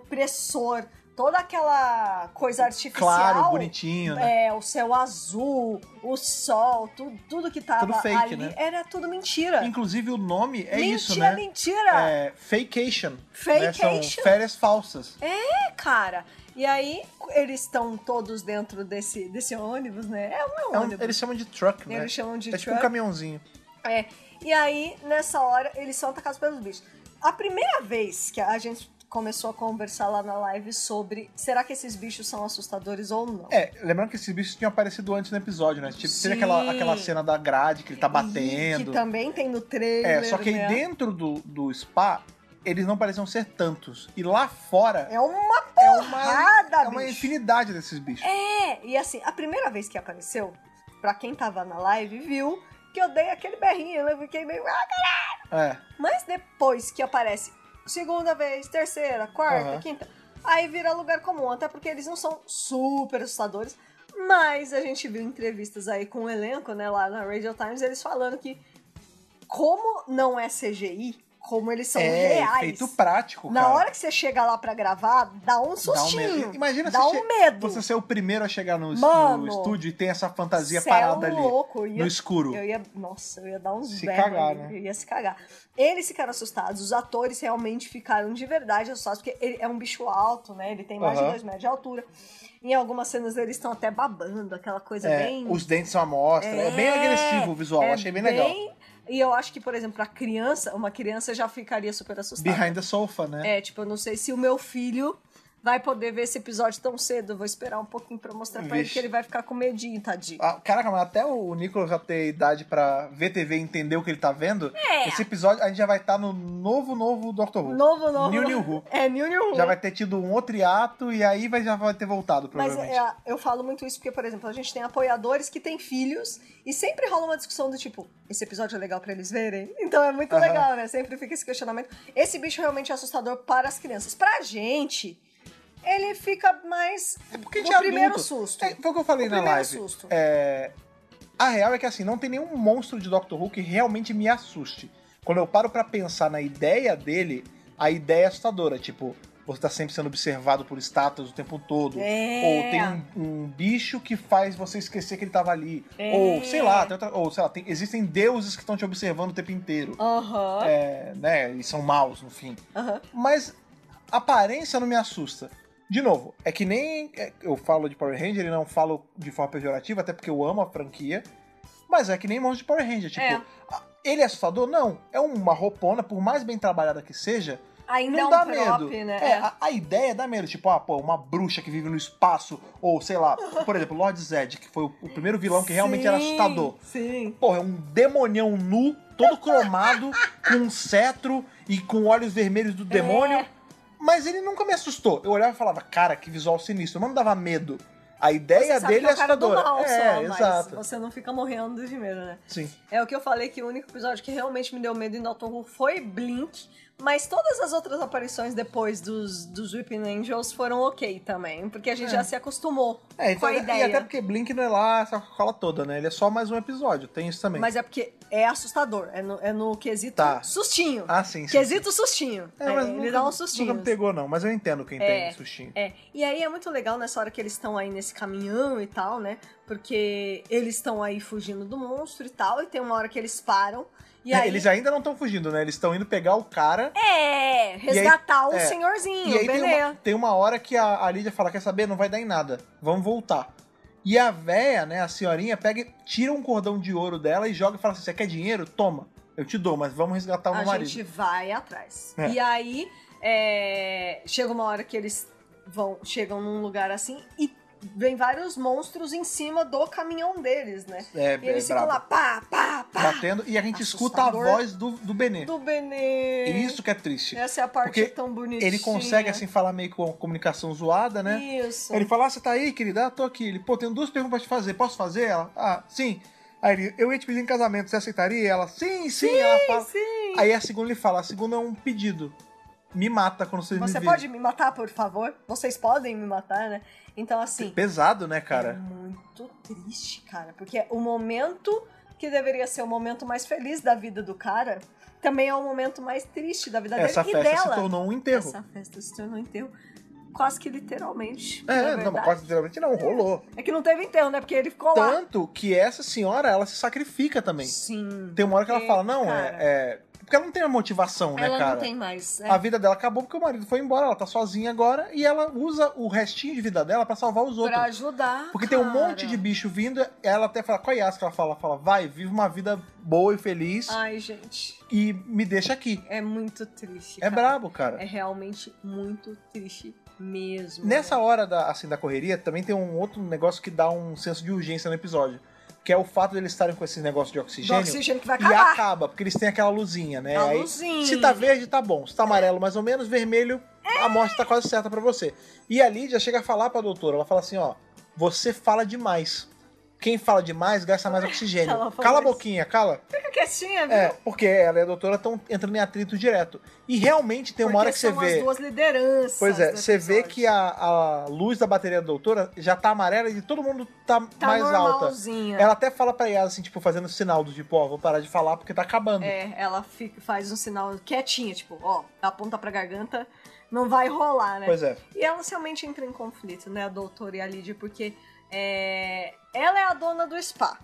opressor. Toda aquela coisa artificial. Claro, bonitinho, né? É, o céu azul, o sol, tu- tudo que tava Tudo fake, ali né? era tudo mentira. Inclusive o nome é É. mentira, isso, né? mentira! É, fakeation. Né? São Fakeation. férias falsas. É, cara. E aí, eles estão todos dentro desse, desse ônibus, né? É, não é É um- ônibus. eles chamam de truck, né? Eles chamam de é tipo um truck. caminhãozinho. É. E aí, nessa hora, eles são atacados pelos bichos. A primeira vez que a gente começou a conversar lá na live sobre será que esses bichos são assustadores ou não. É, lembrando que esses bichos tinham aparecido antes no episódio, né? Tipo, Sim. teve aquela, aquela cena da grade que ele tá E batendo. que também tem no trailer. É, só que aí né? dentro do, do spa, eles não pareciam ser tantos. E lá fora, É uma é uma, porrada, é uma bicho. infinidade desses bichos. É, e assim, a primeira vez que apareceu, pra quem tava na live, viu que eu dei aquele berrinho, eu fiquei meio. "Ah, É. Mas depois que aparece segunda vez, terceira, quarta, Aham. quinta, aí vira lugar comum, até porque eles não são super assustadores. Mas a gente viu entrevistas aí com o elenco, né, lá na Radio Times, eles falando que como não é CGI, como eles são é reais. efeito prático, na cara. hora que você chega lá pra gravar, dá Dá um um medo. sustinho. Imagina dá você um che- medo. Você ser o primeiro a chegar no, es- Mano, no estúdio e tem essa fantasia Cê é parada um ali. louco, eu ia No escuro. Eu ia, nossa, eu ia dar uns Se berros, cagar, eu- né? Eu ia se cagar. Eles ficaram assustados, os atores realmente ficaram de verdade assustados, porque ele é um bicho alto, né? Ele tem mais de Aham. dois metros de altura. Em algumas cenas eles estão até babando, aquela coisa É, bem. Os dentes são à mostra. É, bem É, agressivo o visual, é achei bem, legal. E eu acho que, por exemplo, a criança, uma criança já ficaria super assustada. Behind the sofa, né? É, tipo, eu não sei se o meu filho vai poder ver esse episódio tão cedo. Eu vou esperar um pouquinho pra mostrar pra ele Vixe. que ele vai ficar com medinho, tadinho. Ah, caraca, mas até o Nicolas já ter idade pra ver TV e entender o que ele tá vendo, É. esse episódio a gente já vai estar no novo, novo Doctor Who. Novo, novo. New, novo. New Who. É, New New Who. Já vai ter tido um outro hiato e aí vai, já vai ter voltado, Mas provavelmente. é, eu falo muito isso porque, por exemplo, a gente tem apoiadores que têm filhos e sempre rola uma discussão do tipo, esse episódio é legal pra eles verem? Então é muito Aham. legal, né? Sempre fica esse questionamento. Esse bicho realmente é assustador para as crianças. Pra gente, ele fica mais É porque a no gente é primeiro adulto. susto. É, foi o que eu falei O na primeiro live. susto. É, a real é que assim, não tem nenhum monstro de Doctor Who que realmente me assuste. Quando eu paro pra pensar na ideia dele, a ideia é assustadora. Tipo, você tá sempre sendo observado por estátuas o tempo todo. É. Ou tem um, um bicho que faz você esquecer que ele tava ali. É. Ou, sei lá, tem outra- ou sei lá, tem- existem deuses que estão te observando o tempo inteiro. Aham, É, né? E são maus, no fim aham. mas a aparência não me assusta. De novo, é que nem é, eu falo de Power Ranger e não falo de forma pejorativa, até porque eu amo a franquia, mas é que nem monstro de Power Ranger. Tipo, É. a- ele é assustador? Não. É uma roupona, por mais bem trabalhada que seja, Ainda não é um dá prop, medo. né? É, a, a ideia dá medo. Tipo, ah, pô, uma bruxa que vive no espaço, ou sei lá, por exemplo, Lord Zed, que foi o, o primeiro vilão que realmente era Sim, assustador. Sim. Porra, é um demonião nu, todo cromado, com um cetro e com olhos vermelhos do demônio. É. Mas ele nunca me assustou. Eu olhava e falava, cara, que visual sinistro. Mas não dava medo. A ideia Você sabe dele que é é o cara do assustadora. mal é, só, mas exato. você não fica morrendo de medo, né? Sim. É o que eu falei que o único episódio que realmente me deu medo em Doctor Who foi Blink, mas todas as outras aparições depois dos, dos Weeping Angels foram ok também, porque a gente É. já se acostumou É, com então, a e ideia. até porque Blink não é lá essa cola toda, né? Ele é só mais um episódio, tem isso também. Mas é porque é assustador, é no, é no quesito Tá. sustinho. Ah, sim, sim. quesito sustinho. É, ele dá um sustinho. Nunca me pegou, não. Mas eu entendo quem É. tem sustinho. É, e aí é muito legal nessa hora que eles estão aí nesse caminhão e tal, né? Porque eles estão aí fugindo do monstro e tal, e tem uma hora que eles param. E É, aí Eles ainda não estão fugindo, né? Eles estão indo pegar o cara É, resgatar o é. senhorzinho, E aí o tem Benê. uma, tem uma hora que a, a Lídia fala, quer saber, não vai dar em nada, vamos voltar. E a véia, né, a senhorinha, pega, e tira um cordão de ouro dela e joga e fala assim, você quer dinheiro? Toma, eu te dou, mas vamos resgatar o meu A marido. gente vai atrás. É. E aí, é, chega uma hora que eles vão, chegam num lugar assim e vem vários monstros em cima do caminhão deles, né? É, E eles é ficam brabo. lá, pá, pá, pá, Batendo, e a gente escuta a Assustador. voz do, do Benê. do Benê. E isso que é triste. Essa é a parte Porque tão bonitinha. Ele consegue, assim, falar meio com a comunicação zoada, né? Isso. Ele fala, ah, você tá aí, querida? Ah, tô aqui. Ele, pô, tenho duas perguntas pra te fazer. Posso fazer? Ela, ah, sim. Aí ele, eu ia te pedir em casamento, você aceitaria? Ela, sim, sim. ela fala. Sim. Aí a segunda ele fala, a segunda é um pedido. Me mata quando vocês Você me pode me matar, por favor? Vocês podem me matar, né? Então, assim, Pesado, né, É cara? muito triste, cara. Porque o momento que deveria ser o momento mais feliz da vida do cara também é o momento mais triste da vida Essa dele e festa dela. se tornou um enterro. Essa festa se tornou um enterro. Quase que literalmente. na É, não, verdade. quase literalmente não, rolou. É que não teve enterro, né? Porque ele ficou lá. Tanto né, que essa senhora, ela se sacrifica também. Sim. Tem uma hora que ela Porque, fala, não, cara, é, é- Porque ela não tem a motivação, né, Ela cara? não tem mais. né? A vida dela acabou porque o marido foi embora, ela tá sozinha agora e ela usa o restinho de vida dela pra salvar os outros. Pra ajudar. Porque tem um cara. monte de bicho vindo, ela até fala, qual é a que ela fala? Ela fala, vai, vive uma vida boa e feliz Ai, gente. e me deixa aqui. É muito triste. É cara. brabo, cara. É realmente muito triste mesmo. Nessa né? hora da, assim, da correria, também tem um outro negócio que dá um senso de urgência no episódio. Que é o fato deles estarem com esse negócio de Do oxigênio. oxigênio que vai e acabar. acaba, porque eles têm aquela luzinha, né? A Aí, luzinha. É. Se tá verde, tá bom. Se tá amarelo, mais ou menos, vermelho, a morte tá quase certa pra você. E a Lídia chega a falar pra doutora, ela fala assim, ó, você fala demais. Quem fala demais gasta mais oxigênio. Ela falou cala a isso. boquinha, cala. Fica quietinha, viu? É, porque ela e a doutora estão entrando em atrito direto. E realmente tem uma Porque hora que você são as vê. duas lideranças. Pois é, do você vê episódio. que a, a luz da bateria da doutora já tá amarela e todo mundo tá, tá mais alta. é normalzinha. Ela até fala pra ela, assim, tipo, fazendo sinal do tipo, ó, vou parar de falar porque tá acabando. É, ela fica, faz um sinal quietinha, tipo, ó, aponta pra garganta, não vai rolar, né? Pois é. E elas realmente entram em conflito, né, a doutora e a Lídia, porque é, ela é a dona do spa.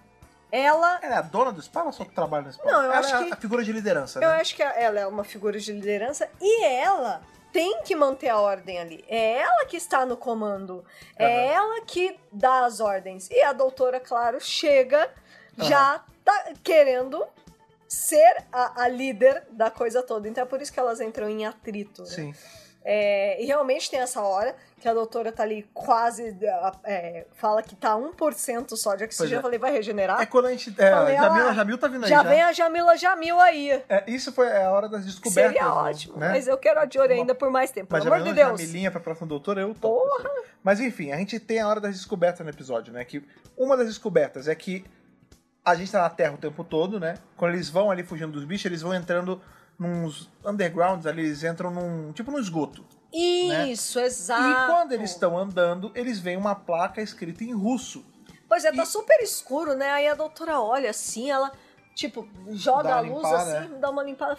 Ela, Ela é a dona do spa ou ela só trabalha no spa? Não, eu ela acho é a- que- a figura de liderança, eu né? acho que ela é uma figura de liderança e ela tem que manter a ordem ali. É ela que está no comando, é ela que dá as ordens. E a doutora, claro, chega já tá querendo ser a, a líder da coisa toda. Então é por isso que elas entram em atrito, né? Sim. É, e realmente tem essa hora que a doutora tá ali quase. é, fala que tá 1% só de oxigênio. é. Eu falei, vai regenerar? É quando a gente. É, Falei, Jamil, ela- Jamil tá vindo aí já. já vem a Jamila Jamil aí. É, isso foi a hora das que descobertas. né? Seria ótimo, Né? mas eu quero a Dior Uma- ainda por mais tempo, Mas pelo já amor de mandou Deus. Jamilinha pra próxima doutora, eu topo. Porra! Mas enfim, a gente tem a hora das descobertas no episódio, né? Que uma das descobertas é que a gente tá na Terra o tempo todo, né? Quando eles vão ali fugindo dos bichos, eles vão entrando nos undergrounds ali, eles entram num. tipo num esgoto. Isso, exato. né? E quando eles estão andando, eles veem uma placa escrita em russo. Pois é, tá e- super escuro, né? Aí a doutora olha assim, ela, tipo, joga Dá a uma luz limpada, né? assim, dá uma limpada.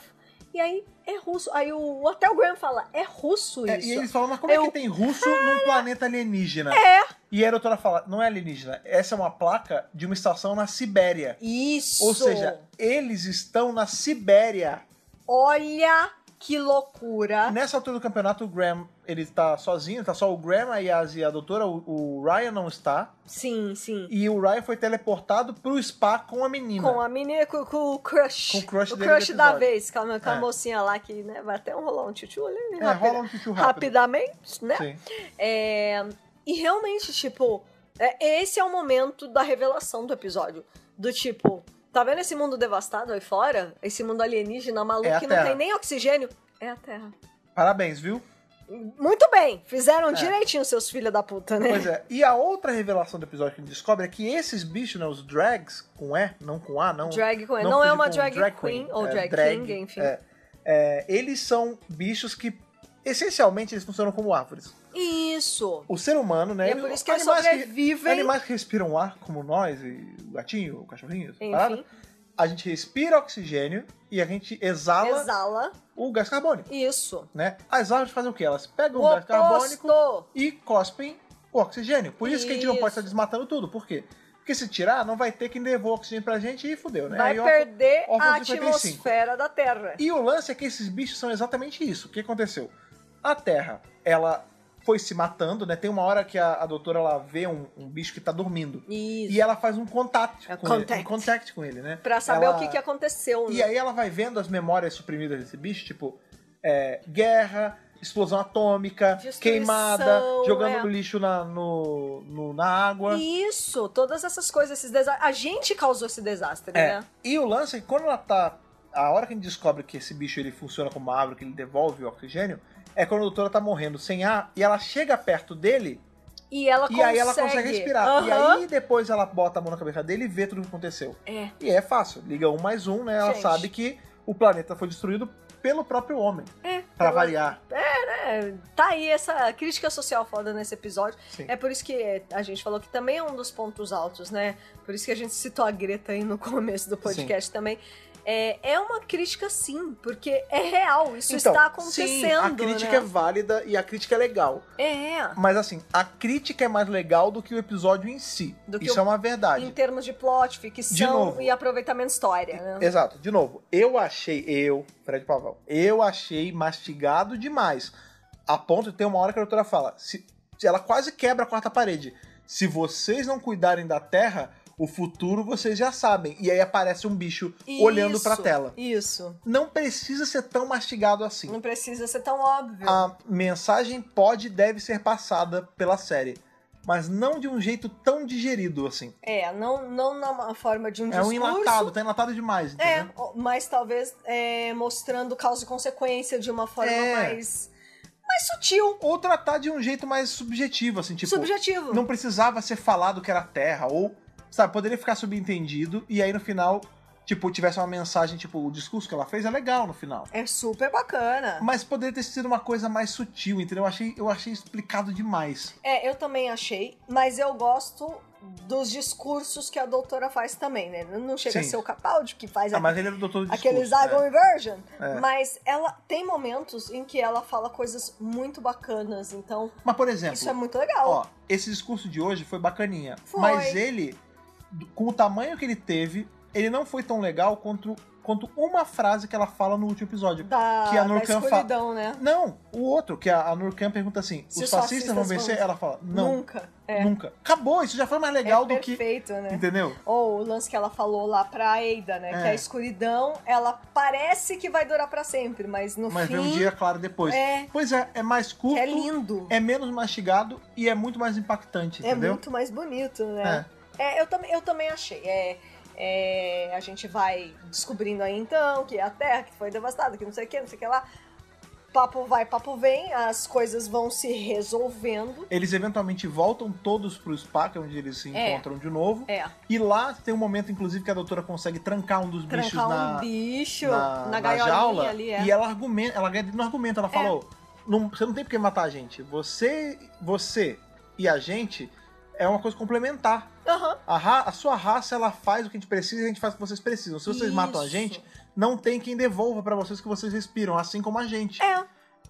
E aí é russo. Aí o Hotel Graham fala, é russo É, isso. e eles falam, mas como é que Eu- tem russo num planeta alienígena? É. E a doutora fala, não é alienígena, essa é uma placa de uma estação na Sibéria. Isso! Ou seja, eles estão na Sibéria. Olha que loucura. Nessa altura do campeonato, o Graham, ele tá sozinho, tá só o Graham, a Yas e a doutora, o, o Ryan não está. Sim, sim. E o Ryan foi teleportado pro spa com a menina. Com a menina, com, com o crush. Com o crush o dele crush do da episódio. vez, com a, com a É. mocinha lá que né, vai até um rolão, um tchutchu ali. É, rola um tio rápido. Rapidamente, né? Sim. É, e realmente, tipo, é, esse é o momento da revelação do episódio. Do tipo, tá vendo esse mundo devastado aí fora? Esse mundo alienígena maluco É a que não Terra. tem nem oxigênio? É a Terra. Parabéns, viu? Muito bem, fizeram É. direitinho seus filhos da puta, né? Pois é. E a outra revelação do episódio que a gente descobre é que esses bichos, né, os drags, com E, não com A, não. Drag queen. não Não, é confundir uma com drag, queen, ou é, drag, king, enfim. é. É, eles são bichos que, essencialmente, eles funcionam como árvores. Isso. O ser humano, né? E é por isso que eles animais sobrevivem. Animais que respiram ar, como nós, e o gatinho, o cachorrinho, essa Enfim. parada, a gente respira oxigênio e a gente exala Exala. o gás carbônico, Isso. né? As árvores fazem o quê? Elas pegam O o, gás carbônico oposto. e cospem o oxigênio. Por isso, que a gente não Isso. pode estar desmatando tudo. Por quê? Porque se tirar, não vai ter quem levou o oxigênio pra gente e fudeu, né? Vai Aí, ó, perder Órfão a 55. atmosfera da Terra. E o lance é que esses bichos são exatamente isso. O que aconteceu? A Terra, ela foi se matando, né? Tem uma hora que a, a doutora ela vê um, um bicho que tá dormindo. Isso. E ela faz um contato É com ele, contact. um contact com ele, né? Pra saber Ela- o que, que aconteceu, né? E aí ela vai vendo as memórias suprimidas desse bicho, tipo é, guerra, explosão atômica, Destruição, queimada, jogando é. no lixo na, no, no- na água. Isso, todas essas coisas, esses desastres. A gente causou esse desastre, É. né? E o lance é que quando ela tá. A hora que a gente descobre que esse bicho ele funciona como uma árvore, que ele devolve o oxigênio, é quando a doutora tá morrendo sem ar e ela chega perto dele E ela e consegue. aí ela consegue respirar. E Aham. aí depois ela bota a mão na cabeça dele e vê tudo o que aconteceu. É. E é fácil, liga um mais um, né? Ela Gente. sabe que o planeta foi destruído pelo próprio homem, É, pra pela- variar. É, tá aí essa crítica social foda nesse episódio. Sim. É por isso que a gente falou que também é um dos pontos altos, né? Por isso que a gente citou a Greta aí no começo do podcast também. É, é uma crítica, sim, porque é real, isso está acontecendo. Então, Sim, a crítica é né? válida e a crítica é legal. é... é. Mas assim, a crítica é mais legal do que o episódio em si. Do que Isso o- é uma verdade. Em termos de plot, De ficção novo. É, e aproveitamento história, né? Exato, de novo, eu achei, eu, Fred Pavão, eu achei mastigado demais. A ponto de ter uma hora que a doutora fala, se, se ela quase quebra a quarta parede. Se vocês não cuidarem da Terra, o futuro vocês já sabem. E aí aparece um bicho olhando pra Isso, tela. Isso. Não precisa ser tão mastigado assim. Não precisa ser tão óbvio. A mensagem pode e deve ser passada pela série, mas não de um jeito tão digerido assim. É, não, não na forma de um é um discurso. enlatado, tá enlatado demais, É, entendeu? mas talvez é, mostrando causa e consequência de uma forma É. mais, mais sutil, Ou tratar de um jeito mais subjetivo, assim, tipo, subjetivo. não precisava ser falado que era terra, ou Sabe, poderia ficar subentendido e aí no final, tipo, tivesse uma mensagem, tipo, o discurso que ela fez é legal no final. É super bacana. Mas poderia ter sido uma coisa mais sutil, entendeu? Eu achei, eu achei explicado demais. É, eu também achei, mas eu gosto dos discursos que a doutora faz também, né? Não Sim. chega a ser o Capaldi que faz Ah, mas ele era o doutor do discurso. aqueles né? Zygon Inversion, É. mas ela tem momentos em que ela fala coisas muito bacanas, então Mas, por exemplo, isso é muito legal. ó, esse discurso de hoje foi bacaninha. Foi. Mas ele, com o tamanho que ele teve, ele não foi tão legal quanto, quanto uma frase que ela fala no último episódio. da, que a da Nurkan fa- escuridão, né? Não, o outro, que a, a Nurkan pergunta assim: Se os os fascistas fascistas vão vencer? vão- Ela fala: não, Nunca. É, nunca. Acabou, isso já foi mais legal é do que. perfeito, né? Entendeu? Ou o lance que ela falou lá pra Eida, É. né? Que a escuridão, ela parece que vai durar pra sempre, mas no Mas fim vem um dia claro depois. é, Pois é, é mais curto, que é lindo. é menos mastigado e é muito mais impactante, É entendeu? muito mais bonito, É. né? É, eu, também, eu também achei. É, é, a gente vai descobrindo aí então que a Terra que foi devastada, que não sei o que, não sei o que lá. Papo vai, papo vem, as coisas vão se resolvendo. Eles eventualmente voltam todos pro spa, que é onde eles se É. encontram de novo. É, E lá tem um momento, inclusive, que a doutora consegue trancar um dos bichos trancar na, um bicho na, na, na gaiolinha jaula. ali, é. E ela argumenta, ela ganha no argumento, ela fala: "Ó, não- você não tem por que matar a gente. Você, você e a gente é uma coisa complementar. Aham. A, ra- a sua raça, ela faz o que a gente precisa e a gente faz o que vocês precisam. Se vocês matam a Isso. gente, não tem quem devolva pra vocês o que vocês respiram, assim como a gente. É.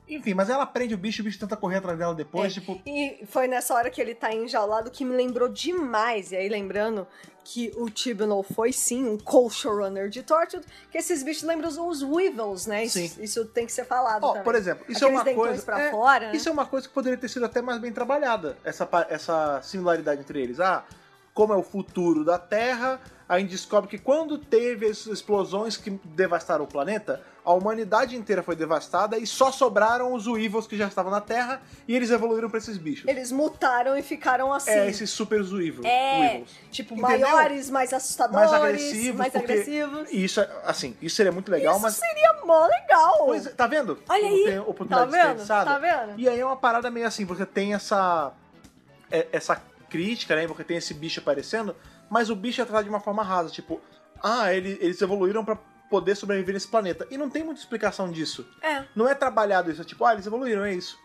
Enfim, mas ela prende o bicho, o bicho tenta correr atrás dela depois, tipo. E foi nessa hora que ele tá enjaulado que me lembrou demais. E aí, lembrando que o Tibonall foi sim um co-showrunner de Torchwood, que esses bichos lembram os Weevils, né? Isso, Sim. isso tem que ser falado Ó, também. por exemplo, isso Aqueles é uma dentões coisa. pra é, fora, né? Isso é uma coisa que poderia ter sido até mais bem trabalhada, essa, pa- essa similaridade entre eles. Ah, como é o futuro da Terra, a gente descobre que quando teve as explosões que devastaram o planeta, a humanidade inteira foi devastada e só sobraram os Weevils que já estavam na Terra e eles evoluíram pra esses bichos. Eles mutaram e ficaram assim. É, esses super Weevils. É. Weevils. Tipo, Entendeu? maiores, mais assustadores, Mais agressivos, mais porque- agressivos. E isso, é- assim, isso seria muito legal, isso mas... seria mó legal. Pois é, tá vendo? Olha Como aí. tem tá oportunidade vendo? desperdiçada? Tá vendo? E aí é uma parada meio assim, você tem essa é- essa crítica, né? Porque tem esse bicho aparecendo, mas o bicho é tratado de uma forma rasa, tipo, ah, ele- eles evoluíram pra poder sobreviver nesse planeta. E não tem muita explicação disso. É, Não é trabalhado isso, é tipo, ah, eles evoluíram, é isso.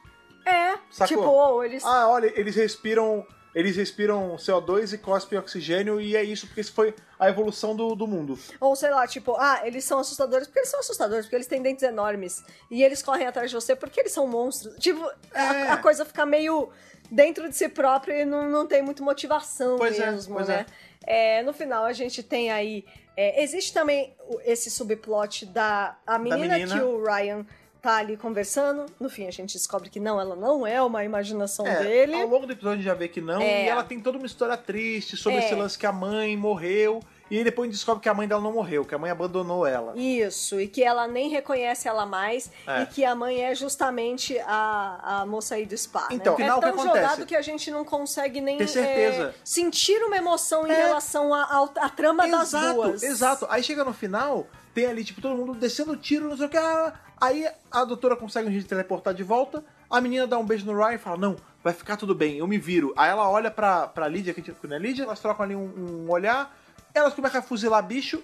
é. Sacou? Tipo, ou eles. Ah, olha, eles respiram, eles respiram CO2 e cospem oxigênio e é isso, porque isso foi a evolução do, do mundo. Ou sei lá, tipo, ah, eles são assustadores porque eles são assustadores, porque eles têm dentes enormes. E eles correm atrás de você porque eles são monstros. Tipo, É. a, a coisa fica meio dentro de si própria e não, não tem muito motivação Pois é, mesmo, pois né? É, no final a gente tem aí. é, existe também o- esse subplot da a menina, menina. que o Ryan tá ali conversando. No fim, a gente descobre que não, ela não é uma imaginação É, dele. Ao longo do episódio a gente já vê que não. É. E ela tem toda uma história triste sobre É. esse lance que a mãe morreu. E aí depois a gente descobre que a mãe dela não morreu, que a mãe abandonou ela. Isso, e que ela nem reconhece ela mais É. e que a mãe é justamente a, a moça aí do spa. Então, né? afinal, é o que tão acontece? jogado que a gente não consegue nem Ter certeza. é, sentir uma emoção em É. relação à- ao- à trama das exato, duas. exato. Aí chega no final, tem ali, tipo, todo mundo descendo o tiro, não sei o que. ah, Aí a doutora consegue um jeito de teleportar de volta. A menina dá um beijo no Ryan e fala: Não, vai ficar tudo bem, eu me viro. Aí ela olha pra, pra Lídia, que a gente- que não é Lídia, elas trocam ali um, um olhar, elas começam a fuzilar bicho.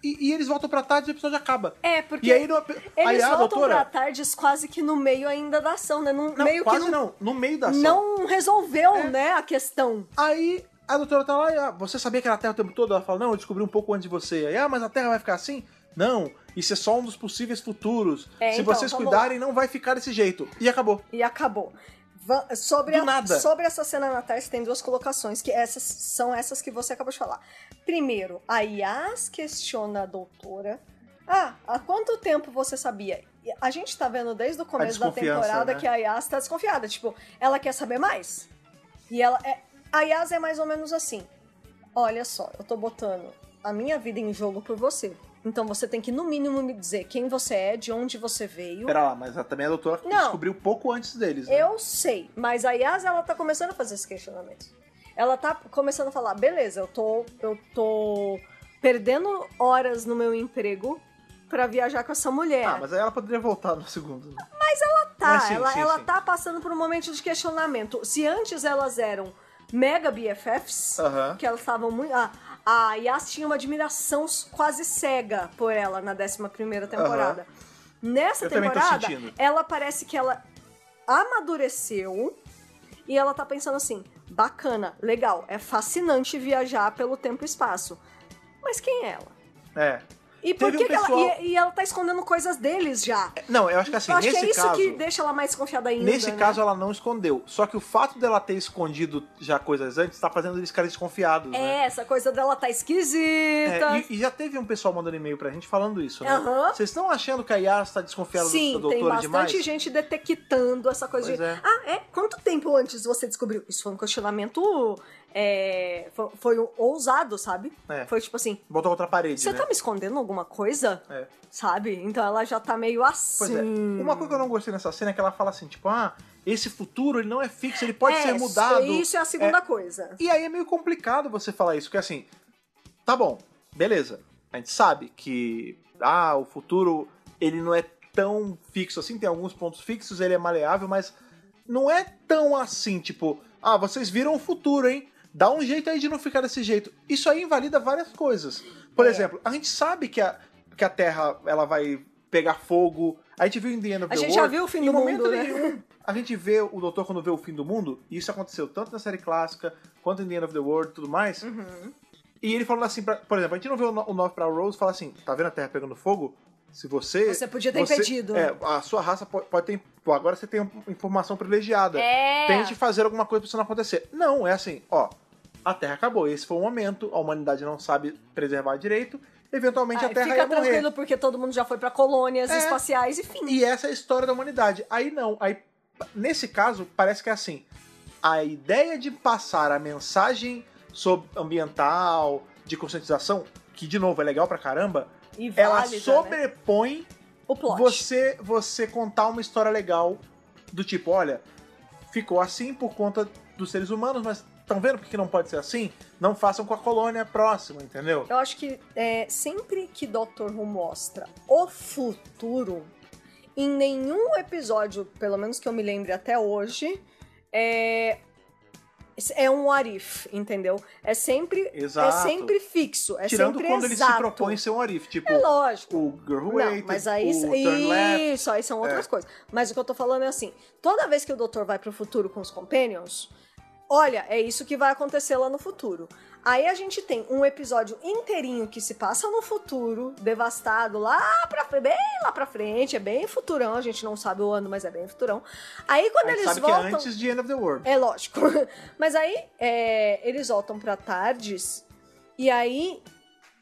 E, e eles voltam pra tarde e o episódio acaba. É, porque E aí, no, aí eles a voltam doutora. pra tardes quase que no meio ainda da ação, né? Num, Não, meio quase que não, não. No meio da ação. não resolveu, É. né, a questão. Aí a doutora tá lá e, ah, você sabia que era a Terra o tempo todo? Ela fala, não, eu descobri um pouco antes de você. Aí, ah, mas a Terra vai ficar assim? Não, isso é só um dos possíveis futuros. É, Se então, vocês vamos cuidarem, não vai ficar desse jeito. E acabou. e acabou. Va- Sobre, Do a- nada. sobre essa cena natais, tem duas colocações, que essas são essas que você acabou de falar. Primeiro, a Yas questiona a doutora. Ah, há quanto tempo você sabia? E A gente tá vendo desde o começo da desconfiança, temporada né? que a Yas tá desconfiada. Tipo, ela quer saber mais. E ela. É... A Yas é mais ou menos assim. Olha só, eu tô botando a minha vida em jogo por você. Então você tem que, no mínimo, me dizer quem você é, de onde você veio. Pera lá, mas a- também a doutora Não. descobriu pouco antes deles. né? Eu sei, mas a Yas, ela tá começando a fazer esse questionamento. Ela tá começando a falar, beleza, eu tô, eu tô perdendo horas no meu emprego pra viajar com essa mulher. Ah, mas aí ela poderia voltar no segundo. né? tá, mas sim, ela, sim, ela sim. tá passando por um momento de questionamento. Se antes elas eram mega BFFs, Aham. que elas estavam muito... Ah, a Yas tinha uma admiração quase cega por ela na 11ª temporada. Nessa Eu também tô temporada, sentindo. ela parece que ela amadureceu e ela tá pensando assim, bacana, legal, é fascinante viajar pelo tempo e espaço. Mas quem é ela? É. E por Teve que, um que ela... pessoal- E, e ela tá escondendo coisas deles já. Não, eu acho que assim, Eu acho nesse que é isso caso. que deixa ela mais confiada ainda, Nesse né? caso, ela não escondeu. Só que o fato dela ter escondido já coisas antes tá fazendo eles ficarem desconfiados, né? É, essa coisa dela tá esquisita. É, e, e já teve um pessoal mandando e-mail pra gente falando isso, né? Então, Aham. Vocês estão achando que a Yas tá desconfiada do- da Sim, tem doutora bastante demais? gente detectando essa coisa Pois de. é. Ah, é? Quanto tempo antes você descobriu? Isso foi um questionamento. é, fo- foi, um ousado, sabe? É. Foi tipo assim: Botou outra parede, você né? tá me escondendo alguma coisa? É. Sabe? Então ela já tá meio assim. Pois é. Uma coisa que eu não gostei nessa cena é que ela fala assim, tipo, ah, esse futuro ele não é fixo, ele pode É, ser mudado. Isso é a segunda coisa. E aí é meio complicado você falar isso, porque assim, tá bom, beleza. A gente sabe que ah, o futuro ele não é tão fixo assim, tem alguns pontos fixos, ele é maleável, mas não é tão assim, tipo, ah, vocês viram o futuro, hein? Dá um jeito aí de não ficar desse jeito. Isso aí invalida várias coisas. Por É. exemplo, a gente sabe que a, que a Terra ela vai pegar fogo. A gente viu em The End of A the gente World, já viu o fim em do momento mundo, né? nenhum, A gente vê o Doutor quando vê o fim do mundo, e isso aconteceu tanto na série clássica, quanto em The End of the World e tudo mais. Uhum. E ele falando assim, pra- por exemplo, a gente não vê o no- o 9 pra Rose falar assim, tá vendo a Terra pegando fogo? Se você... Você podia ter impedido. É, a sua raça po- pode, ter... pô, agora você tem um- informação privilegiada. É. Tente fazer alguma coisa pra isso não acontecer. Não, é assim, ó, a Terra acabou, esse foi o momento, a humanidade não sabe preservar direito, eventualmente Ah, a Terra fica ia morrer. tranquilo, porque todo mundo já foi pra colônias É. espaciais e fim. E essa é a história da humanidade. Aí não, aí nesse caso parece que é assim, a ideia de passar a mensagem sobre ambiental, de conscientização, que de novo é legal pra caramba, E ela válida, né? sobrepõe o plot. você você contar uma história legal do tipo, olha, ficou assim por conta dos seres humanos, mas estão vendo por que não pode ser assim? Não façam com a colônia próxima, entendeu? Eu acho que é, sempre que Doctor Who mostra o futuro, em nenhum episódio, pelo menos que eu me lembre até hoje, é, é um what if, entendeu? É sempre, é Exato. sempre fixo, é Tirando sempre quando exato. ele se propõe ser um orif, tipo É lógico. o Girl Who Não, Waited, mas aí o tipo, Turn Left, isso, aí são outras coisas. Mas o que eu tô falando é assim: toda vez que o doutor vai pro futuro com os companions, olha, é isso que vai acontecer lá no futuro. Aí a gente tem um episódio inteirinho que se passa no futuro, devastado lá pra frente, bem lá pra frente, é bem futurão, a gente não sabe o ano, mas é bem futurão. Aí quando A gente eles sabe voltam. que é antes de End of the World. É lógico. Mas aí é, eles voltam pra tardes e aí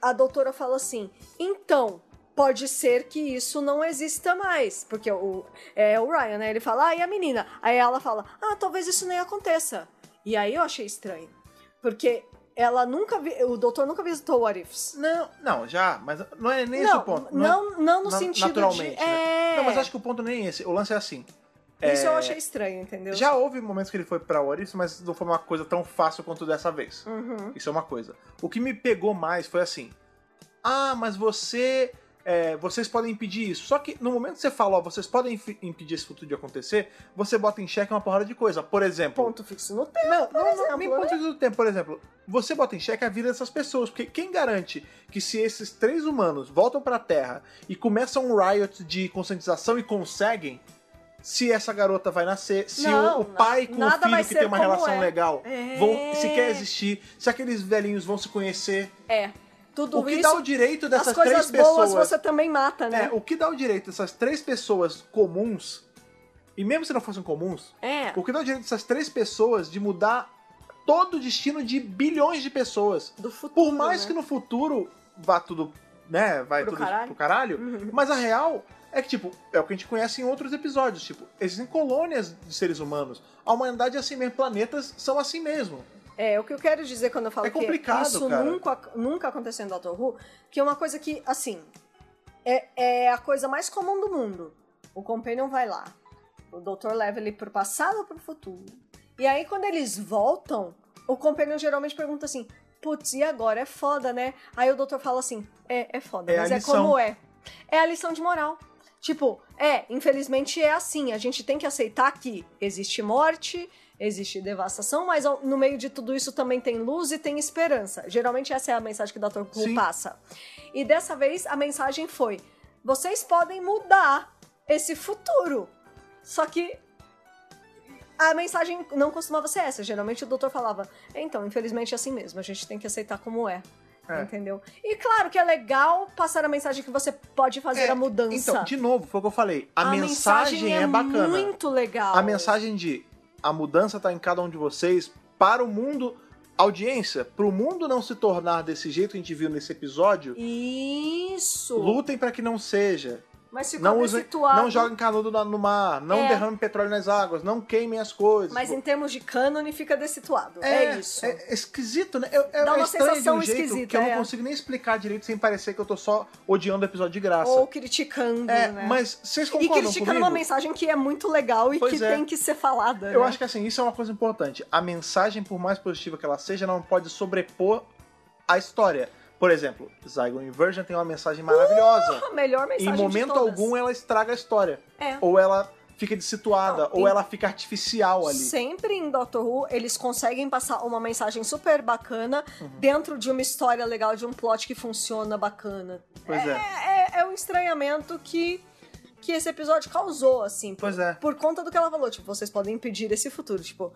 a doutora fala assim: então. Pode ser que isso não exista mais. Porque o, é, o Ryan, né? Ele fala, ah, e a menina? Aí ela fala, ah, talvez isso nem aconteça. E aí eu achei estranho. Porque ela nunca. Vi, o doutor nunca visitou o What Ifs. Não, não, já, mas não é nem esse o não, ponto. não, não, no na- sentido naturalmente, de. né? É, Não, mas acho que o ponto nem é esse. O lance é assim. Isso é, eu achei estranho, entendeu? Já houve momentos que ele foi pra Orifício, mas não foi uma coisa tão fácil quanto dessa vez. Uhum. Isso é uma coisa. O que me pegou mais foi assim: ah, mas você. é, vocês podem impedir isso. Só que no momento que você fala, ó, vocês podem infi- impedir esse futuro de acontecer, você bota em xeque uma porrada de coisa. Por exemplo, Ponto fixo no tempo. Não, não, exemplo, não, nem né? ponto do tempo. Por exemplo, você bota em xeque a vida dessas pessoas, porque quem garante que se esses três humanos voltam pra Terra e começam um riot de conscientização e conseguem, se essa garota vai nascer, se o- Não, o, pai na- com nada o vai filho que ser tem uma como relação é. legal É. vão se quer existir, se aqueles velhinhos vão se conhecer, É. Tudo o que isso dá o direito dessas As coisas três pessoas boas você também mata, é, né? o que dá o direito dessas três pessoas comuns, e mesmo se não fossem comuns, É. o que dá o direito dessas três pessoas de mudar todo o destino de bilhões de pessoas? Do futuro. Por mais que né? no futuro vá tudo, né, vai Pro tudo caralho. Uhum. pro caralho, mas a real é que, tipo, é o que a gente conhece em outros episódios, tipo, existem colônias de seres humanos, a humanidade é assim mesmo, planetas são assim mesmo. É, o que eu quero dizer quando eu falo É que complicado, isso cara. nunca, nunca aconteceu em Doctor Who, que é uma coisa que, assim, é, é a coisa mais comum do mundo. O Companion vai lá, o Doutor leva ele pro passado ou pro futuro. E aí, quando eles voltam, o Companion geralmente pergunta assim, putz, e agora? É foda, né? Aí o Doutor fala assim, é, é foda, É a mas é lição. como é. É a lição de moral. Tipo, é, infelizmente é assim. A gente tem que aceitar que existe morte, existe devastação, mas ao- no meio de tudo isso também tem luz e tem esperança. Geralmente essa é a mensagem que o Dr. Who Sim. passa. E dessa vez a mensagem foi: vocês podem mudar esse futuro. Só que a mensagem não costumava ser essa. Geralmente o doutor falava: então, infelizmente é assim mesmo, a gente tem que aceitar como é. É. Entendeu? E claro que é legal passar a mensagem que você pode fazer É, a mudança. Então, de novo, foi o que eu falei. A, mensagem, é, bacana. muito legal. A mensagem de a mudança tá em cada um de vocês para o mundo, audiência, para o mundo não se tornar desse jeito que a gente viu nesse episódio, Isso. lutem para que não seja. Mas ficou Não usem, desituado. não joguem canudo na- no mar, não É. derramem petróleo nas águas, não queimem as coisas. Mas em termos de cânone fica dessituado. É, isso. é esquisito, né? Eu, eu- Dá é uma estranho de sensação um jeito esquisita, que eu é. não consigo nem explicar direito sem parecer que eu tô só odiando o episódio de graça. Ou criticando, é, né? mas vocês e concordam criticando comigo? uma mensagem que é muito legal e Pois que é. tem que ser falada. Eu né? acho que assim, isso é uma coisa importante. A mensagem, por mais positiva que ela seja, não pode sobrepor a história. Por exemplo, Zygon Inversion tem uma mensagem maravilhosa. a melhor em Uh, mensagem momento de todas. algum é ela estraga a história. É. Ou ela fica dessituada, Não, ou em- ela fica artificial ali. Sempre em Doctor Who, eles conseguem passar uma mensagem super bacana Uhum. dentro de uma história legal, de um plot que funciona bacana. Pois é. É, é um estranhamento que, que esse episódio causou, assim. Por, Pois é. por conta do que ela falou. Tipo, vocês podem impedir esse futuro. Tipo,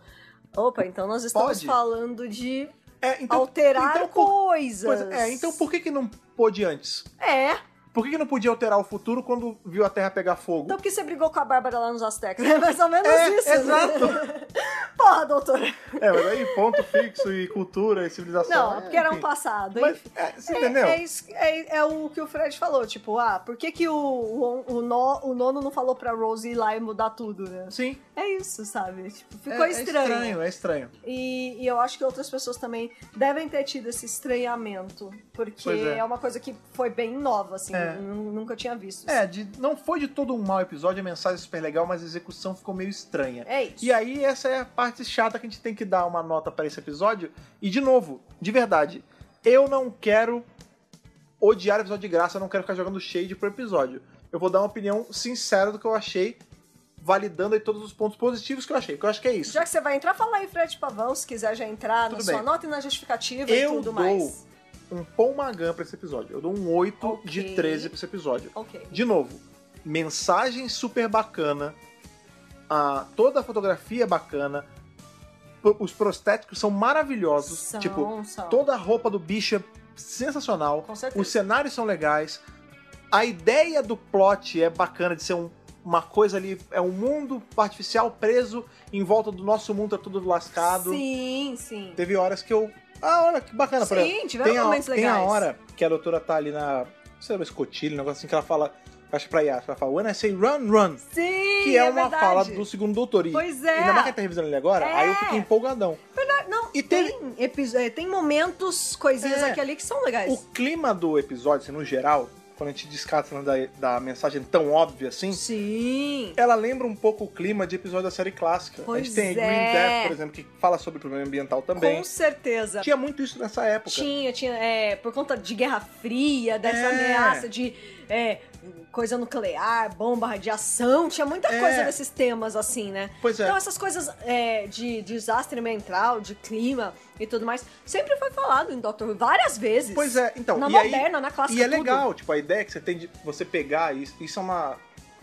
opa, então nós estamos Pode. falando de É, então, alterar então, por- coisas. pois é, é, então por que que não pôde antes? É, Por que que não podia alterar o futuro quando viu a Terra pegar fogo? então por que você brigou com a Bárbara lá nos Aztecas? É mais ou menos É, isso. exato. Né? Porra, doutora. É, mas aí ponto fixo e cultura e civilização. Não, é, porque era um enfim. passado. Mas, enfim. é, você É- entendeu? É, isso- é- é o que o Fred falou, tipo, ah, por que, que o, o, o no- o nono não falou pra Rose ir lá e mudar tudo, né? Sim. É isso, sabe? Tipo, ficou é, estranho. É estranho, é estranho. E, e eu acho que outras pessoas também devem ter tido esse estranhamento, porque Pois é. é. uma coisa que foi bem nova, assim, É. eu nu- nunca tinha visto. É, de- não foi de todo um mau episódio, a mensagem é super legal, mas a execução ficou meio estranha. É isso. E aí, essa é a parte chata que a gente tem que dar uma nota pra esse episódio. E, de novo, de verdade, eu não quero odiar o episódio de graça, eu não quero ficar jogando shade pro episódio. Eu vou dar uma opinião sincera do que eu achei, validando aí todos os pontos positivos que eu achei, que eu acho que é isso. Já que você vai entrar, fala aí, Fred Pavão, se quiser já entrar na Tudo sua bem. nota e na justificativa e eu tudo dou mais. um pão magan pra esse episódio. Eu dou um 8 Ok. de 13 pra esse episódio. Ok. De novo, mensagem super bacana, a, toda a fotografia é bacana, pro- os prostéticos são maravilhosos, São, tipo, são. toda a roupa do bicho é sensacional, Com certeza. os cenários são legais, a ideia do plot é bacana de ser um- uma coisa ali, é um mundo artificial preso em volta do nosso mundo, tá tudo lascado. Sim, sim. Teve horas que eu. Ah, olha que bacana, por exemplo. Sim, tiveram tem a, momentos Tem legais. a hora que a doutora tá ali na. Não sei lá, escotilha, um negócio assim que ela fala. Acho pra Yas, ela fala, when I say run, run. Sim, Que é, uma verdade. fala do segundo doutor. E Pois é. Ainda mais que ele tá revisando ele agora, É. aí eu fiquei empolgadão. Não, E tem, episo- eh, tem momentos, coisinhas É. aqui e ali que são legais. O clima do episódio, assim, no geral, quando a gente descarta né, da, da mensagem tão óbvia assim, Sim. ela lembra um pouco o clima de episódio da série clássica. a Pois gente tem a Green é. Death, por exemplo, que fala sobre o problema ambiental também. Com certeza. Tinha muito isso nessa época. Tinha, tinha, é, por conta de Guerra Fria, dessa É. ameaça de é, coisa nuclear, bomba, radiação, tinha muita É. coisa desses temas, assim, né? Pois é. Então essas coisas é, de desastre ambiental, de clima e tudo mais, sempre foi falado em Doctor Who várias vezes. Pois é, então. Na e moderna, aí, na clássica, E é tudo. legal, tipo, a ideia que você tem de você pegar, isso, isso é uma.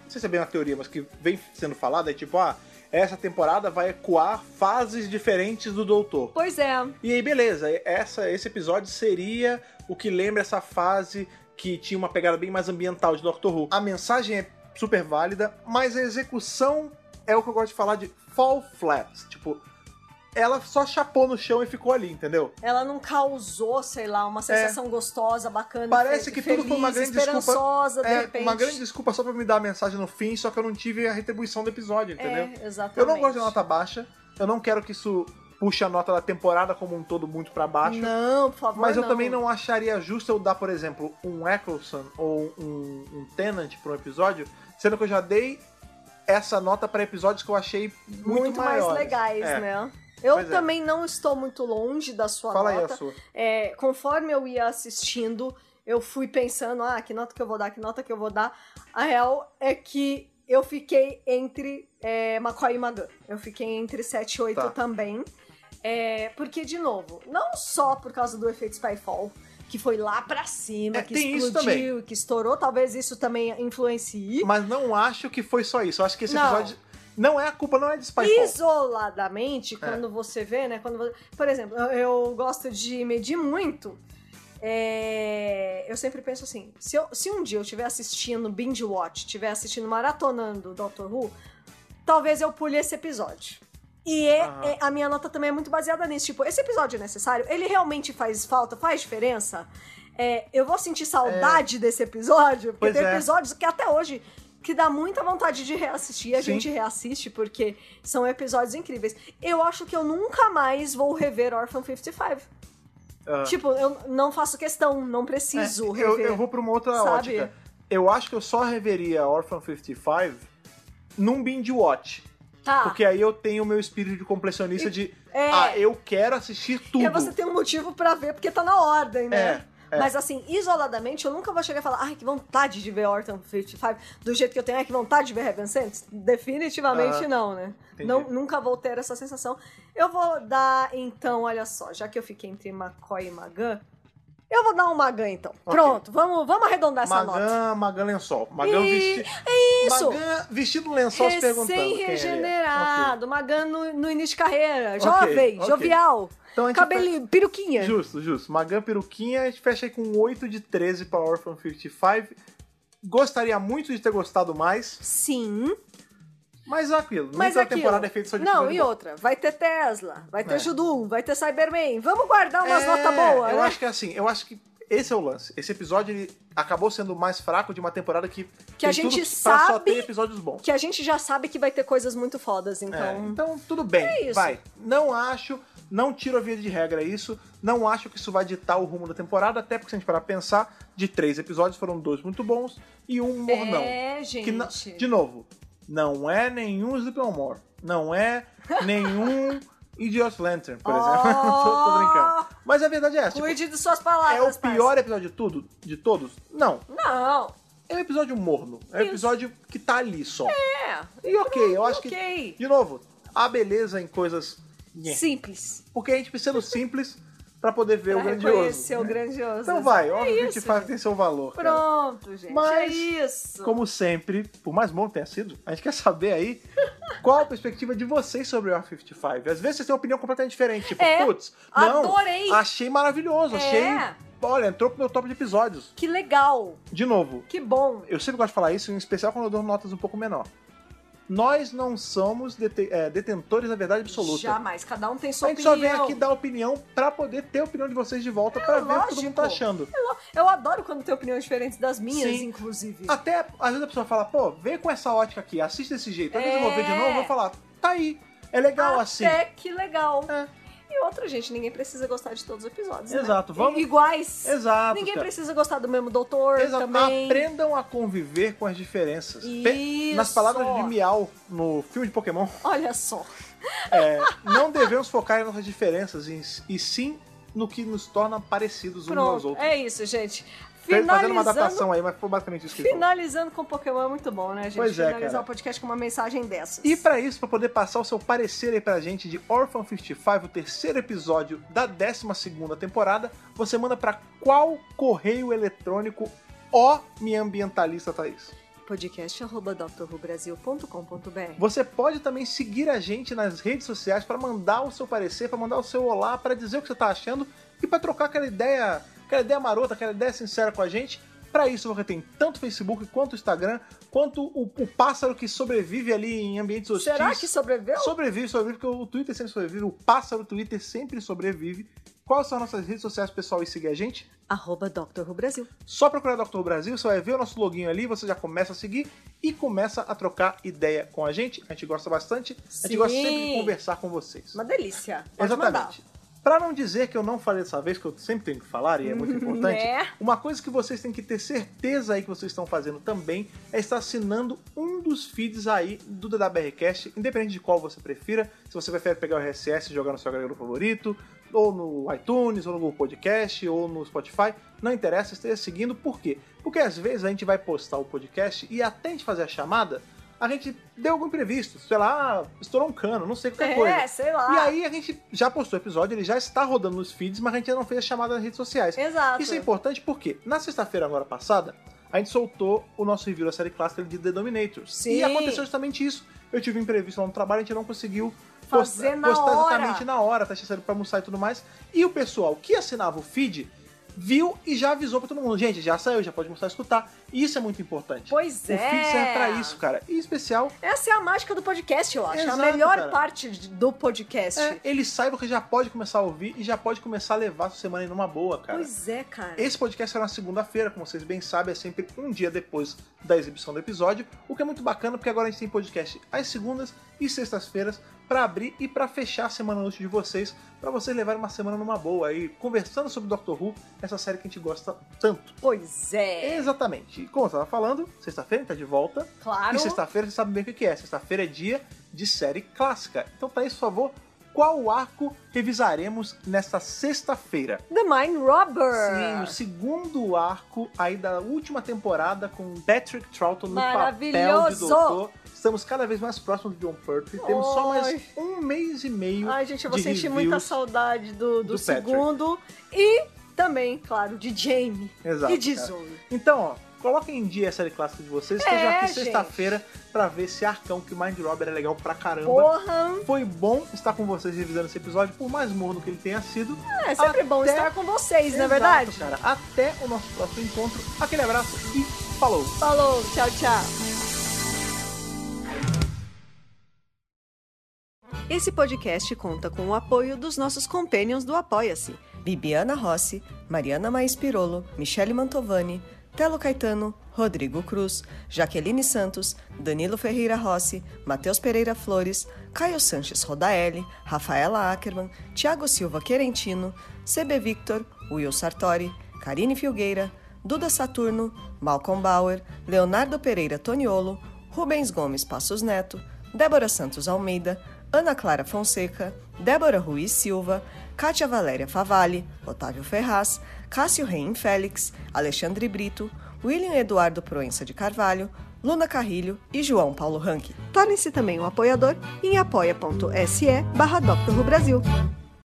Não sei se é bem uma teoria, mas que vem sendo falada, é tipo, ah, essa temporada vai ecoar fases diferentes do Doutor. Pois é. E aí, beleza, essa, esse episódio seria o que lembra essa fase que tinha uma pegada bem mais ambiental de Doctor Who. A mensagem é super válida, mas a execução é o que eu gosto de falar de fall flat. Tipo, ela só chapou no chão e ficou ali, entendeu? Ela não causou, sei lá, uma sensação gostosa, bacana. É. Parece fe- que feliz, tudo foi uma grande esperançosa, desculpa. de é, repente. uma grande desculpa só pra me dar a mensagem no fim, só que eu não tive a retribuição do episódio, entendeu? É, exatamente. eu não gosto de nota baixa, eu não quero que isso puxe a nota da temporada como um todo muito pra baixo. Não, por favor. Mas eu também não acharia justo eu dar, por exemplo, um Eccleston ou um, um Tenant pra um episódio, sendo que eu já dei essa nota pra episódios que eu achei muito, muito, mais maiores. legais, É. né? Eu Pois é. também não estou muito longe da sua Fala aí nota. a sua. É, conforme eu ia assistindo, eu fui pensando, ah, que nota que eu vou dar, que nota que eu vou dar. A real é que Eu fiquei entre é, Macaulay e Magan. Eu fiquei entre 7 e 8 Tá. também. É, porque, de novo, não só por causa do efeito Spyfall, que foi lá pra cima, É, que tem isso explodiu, que estourou, talvez isso também influencie. Mas não acho que foi só isso. Eu acho que esse Não. episódio. Não é a culpa, não é de Spyfall. Isoladamente, É. quando você vê, né? Quando você- Por exemplo, eu, eu gosto de medir muito. É, eu sempre penso assim: se, eu- se um dia eu estiver assistindo binge watch, estiver assistindo maratonando Doctor Who, talvez eu pule esse episódio. E é- Aham. é- a minha nota também é muito baseada nisso. Tipo, esse episódio é necessário? Ele realmente faz falta? Faz diferença? É, eu vou sentir saudade desse episódio? Porque É. Pois tem é. episódios que até hoje que dá muita vontade de reassistir. Sim. A gente reassiste porque são episódios incríveis. Eu acho que eu nunca mais vou rever Orphan 55. Ah. Tipo, eu não faço questão, não É, preciso eu, rever. eu vou pra uma outra sabe? ótica. Eu acho que eu só reveria Orphan 55 num binge watch. Tá. Porque aí eu tenho o meu espírito de completionista de. É. Ah, eu quero assistir tudo. Porque você tem um motivo pra ver, porque tá na ordem, né? É, é. Mas assim, isoladamente, eu nunca vou chegar e falar, ai, que vontade de ver Orton 55 do jeito que eu tenho, ai, que vontade de ver Heaven Sent. Definitivamente Ah, não, né? entendi. Não, nunca vou ter essa sensação. Eu vou dar, então, olha só, já que eu fiquei entre McCoy e Magan, eu vou dar um Magan, então. Pronto, vamos, vamos arredondar essa nota. Magan, Magan lençol. Magan E- é vestido. isso. Magan vestido lençol se perguntando. quem ele é. Recém-regenerado, Magan no, no início de carreira, Ok, jovem, ok. jovial, Então a gente cabelinho, peruquinha. Ok. Justo, justo. Magan peruquinha, a gente fecha aí com 8 de 13 pra Orphan 55. Gostaria muito de ter gostado mais, Sim. mas é aquilo. Mas Nunca a aquilo- temporada é feita só de Não, episódio e bom. outra. Vai ter Tesla, vai ter É. Judum, vai ter Cyberman. Vamos guardar umas É, Tá notas boas, Eu né? acho que é assim, eu acho que esse é o lance. Esse episódio ele acabou sendo o mais fraco de uma temporada que Que a tem tudo gente pra só sabe ter episódios bons. Que a gente já sabe que vai ter coisas muito fodas, então. É, então tudo bem, isso. vai. Não acho, não tiro a via de regra isso, não acho que isso vai ditar o rumo da temporada, até porque se a gente parar pra pensar, de três episódios foram dois muito bons e um mornão. É, gente. Que na- de novo, não é nenhum Slipknot, não é nenhum Idiot Lantern, por exemplo. tô, tô brincando. Oh, Mas a verdade é essa. tipo, Cuide de suas é o palavras. pior episódio de tudo, de todos? Não. parça. Não. É um episódio morno. É um Isso. episódio que tá ali só. É. E ok, eu acho ok. que. De novo, a beleza em coisas. nhé. Simples. Porque a gente precisa do simples pra poder ver Pra É o grandioso. reconhecer o grandioso. Então vai, óbvio que a é gente isso, faz gente. tem seu valor. cara. Pronto, gente. É Mas, isso. Como sempre, por mais bom que tenha sido, a gente quer saber aí qual a perspectiva de vocês sobre o R55. Às vezes vocês têm uma opinião completamente diferente. Tipo, É, putz, não, adorei. achei maravilhoso, É. achei. Olha, entrou pro meu top de episódios. Que legal. De novo, Que bom. eu sempre gosto de falar isso, em especial quando eu dou notas um pouco menor. Nós não somos dete- é, detentores da verdade absoluta. Jamais. Cada um tem a sua gente opinião. É só vem aqui dar opinião pra poder ter a opinião de vocês de volta pra ver o que todo mundo lógico. tá achando. Eu adoro quando tem opiniões diferentes das minhas, Sim. inclusive. Até às vezes a pessoa fala, pô, vem com essa ótica aqui, assiste desse jeito. Às vezes eu vou ver de É. novo, eu vou falar, tá aí, é legal assim. Até que legal. É. E outra, gente, ninguém precisa gostar de todos os episódios. né? Exato, vamos- Iguais. Exato, Ninguém cara. precisa gostar do mesmo doutor Exato. também. Aprendam a conviver com as diferenças. Pe- Nas Isso. palavras de Miau no filme de Pokémon, Olha só. é, não devemos focar em nossas diferenças e, e sim no que nos torna parecidos uns aos Pronto. outros. É isso, gente. Fe- Fazendo uma Finalizando. adaptação aí, mas foi basicamente isso que ele falou. Finalizando com Pokémon é muito bom, né, gente? Pois é, Finalizar cara. o podcast com uma mensagem dessas. E pra isso, pra poder passar o seu parecer aí pra gente de Orphan 55, o terceiro episódio da 12ª temporada, você manda pra qual correio eletrônico ó me ambientalista Thaís? Podcast arroba drrubrasil.com.br. Você pode também seguir a gente nas redes sociais pra mandar o seu parecer, pra mandar o seu olá, pra dizer o que você tá achando e pra trocar aquela ideia, aquela ideia marota, aquela ideia sincera com a gente. Pra isso, você tem tanto o Facebook quanto o Instagram, quanto o, o pássaro que sobrevive ali em ambientes hostis. Será que é sobreviveu? Sobrevive, sobrevive, porque o Twitter sempre sobrevive, o pássaro Twitter sempre sobrevive. Quais são as nossas redes sociais, pessoal, e seguir a gente? Arroba drrubrasil. Só procurar Dr. Brasil, você vai ver o nosso login ali, você já começa a seguir e começa a trocar ideia com a gente. A gente gosta bastante, a gente Sim. gosta sempre de conversar com vocês. Uma delícia. Pode mandar. Exatamente. Pra não dizer que eu não falei dessa vez, que eu sempre tenho que falar e é muito importante, Né? uma coisa que vocês têm que ter certeza aí que vocês estão fazendo também é estar assinando um dos feeds aí do DWRcast, independente de qual você prefira, se você prefere pegar o RSS e jogar no seu agregador favorito, ou no iTunes, ou no Google Podcast, ou no Spotify, não interessa, esteja seguindo, por quê? Porque às vezes a gente vai postar o podcast e até a gente fazer a chamada, a gente deu algum imprevisto, sei lá, estourou um cano, não sei qualquer coisa. É, sei lá. E aí a gente já postou o episódio, ele já está rodando nos feeds, mas a gente ainda não fez a chamada nas redes sociais. Exato. Isso é importante porque na sexta-feira agora passada, a gente soltou o nosso review da série clássica de The Dominators. Sim. E aconteceu justamente isso. Eu tive um imprevisto lá no trabalho, a gente não conseguiu Fazer postar, na postar hora. exatamente na hora, tá saindo pra almoçar e tudo mais. E o pessoal que assinava o feed viu e já avisou pra todo mundo. Gente, já saiu, já pode mostrar e escutar. E isso é muito importante. Pois O feed é. serve pra isso, cara. E em especial, Essa é a mágica do podcast, eu acho. É Exato, a melhor cara. parte de- do podcast. é, ele saiba que já pode começar a ouvir e já pode começar a levar a sua semana aí numa boa, cara. Pois é, cara. Esse podcast será na segunda-feira, como vocês bem sabem, é sempre um dia depois da exibição do episódio, o que é muito bacana porque agora a gente tem podcast às segundas e sextas-feiras pra abrir e pra fechar a semana útil de vocês, pra vocês levarem uma semana numa boa aí, conversando sobre Doctor Who, essa série que a gente gosta tanto. Pois é. Exatamente. E como eu tava falando, sexta-feira a gente tá de volta. Claro. E sexta-feira vocês sabem bem o que que é. Sexta-feira é dia de série clássica. Então, Thaís, por favor, qual arco revisaremos nesta sexta-feira? The Mind Sim, Robber. o segundo arco aí da última temporada com Patrick Troughton no papel de Maravilhoso! doutor. Estamos cada vez mais próximos do John Pertwee. Temos só Ai. mais um mês e meio. Ai, gente, eu vou de sentir reviews muita saudade do, do, do Patrick. segundo. E também, claro, de Jamie. Exato, e de cara. Zoe. Então, ó, coloquem em dia a série clássica de vocês. Estejam É, aqui gente. sexta-feira pra ver esse arcão que o Mind Robber é legal pra caramba. Porra! Foi bom estar com vocês revisando esse episódio, por mais morno que ele tenha sido. É sempre bom Até- estar com vocês, não é Exato, verdade? Cara. Até o nosso próximo encontro. Aquele abraço e falou! Falou, tchau, tchau. Esse podcast conta com o apoio dos nossos companions do Apoia-se. Bibiana Rossi, Mariana Maes Pirolo, Michele Mantovani, Telo Caetano, Rodrigo Cruz, Jaqueline Santos, Danilo Ferreira Rossi, Matheus Pereira Flores, Caio Sanches Rodaelli, Rafaela Ackerman, Tiago Silva Querentino, CB Victor, Will Sartori, Karine Filgueira, Duda Saturno, Malcolm Bauer, Leonardo Pereira Toniolo, Rubens Gomes Passos Neto, Débora Santos Almeida, Ana Clara Fonseca, Débora Ruiz Silva, Kátia Valéria Favalli, Otávio Ferraz, Cássio Reim Félix, Alexandre Brito, William Eduardo Proença de Carvalho, Luna Carrilho e João Paulo Ranque. Torne-se também um apoiador em apoia.se barra Dr. Who Brasil.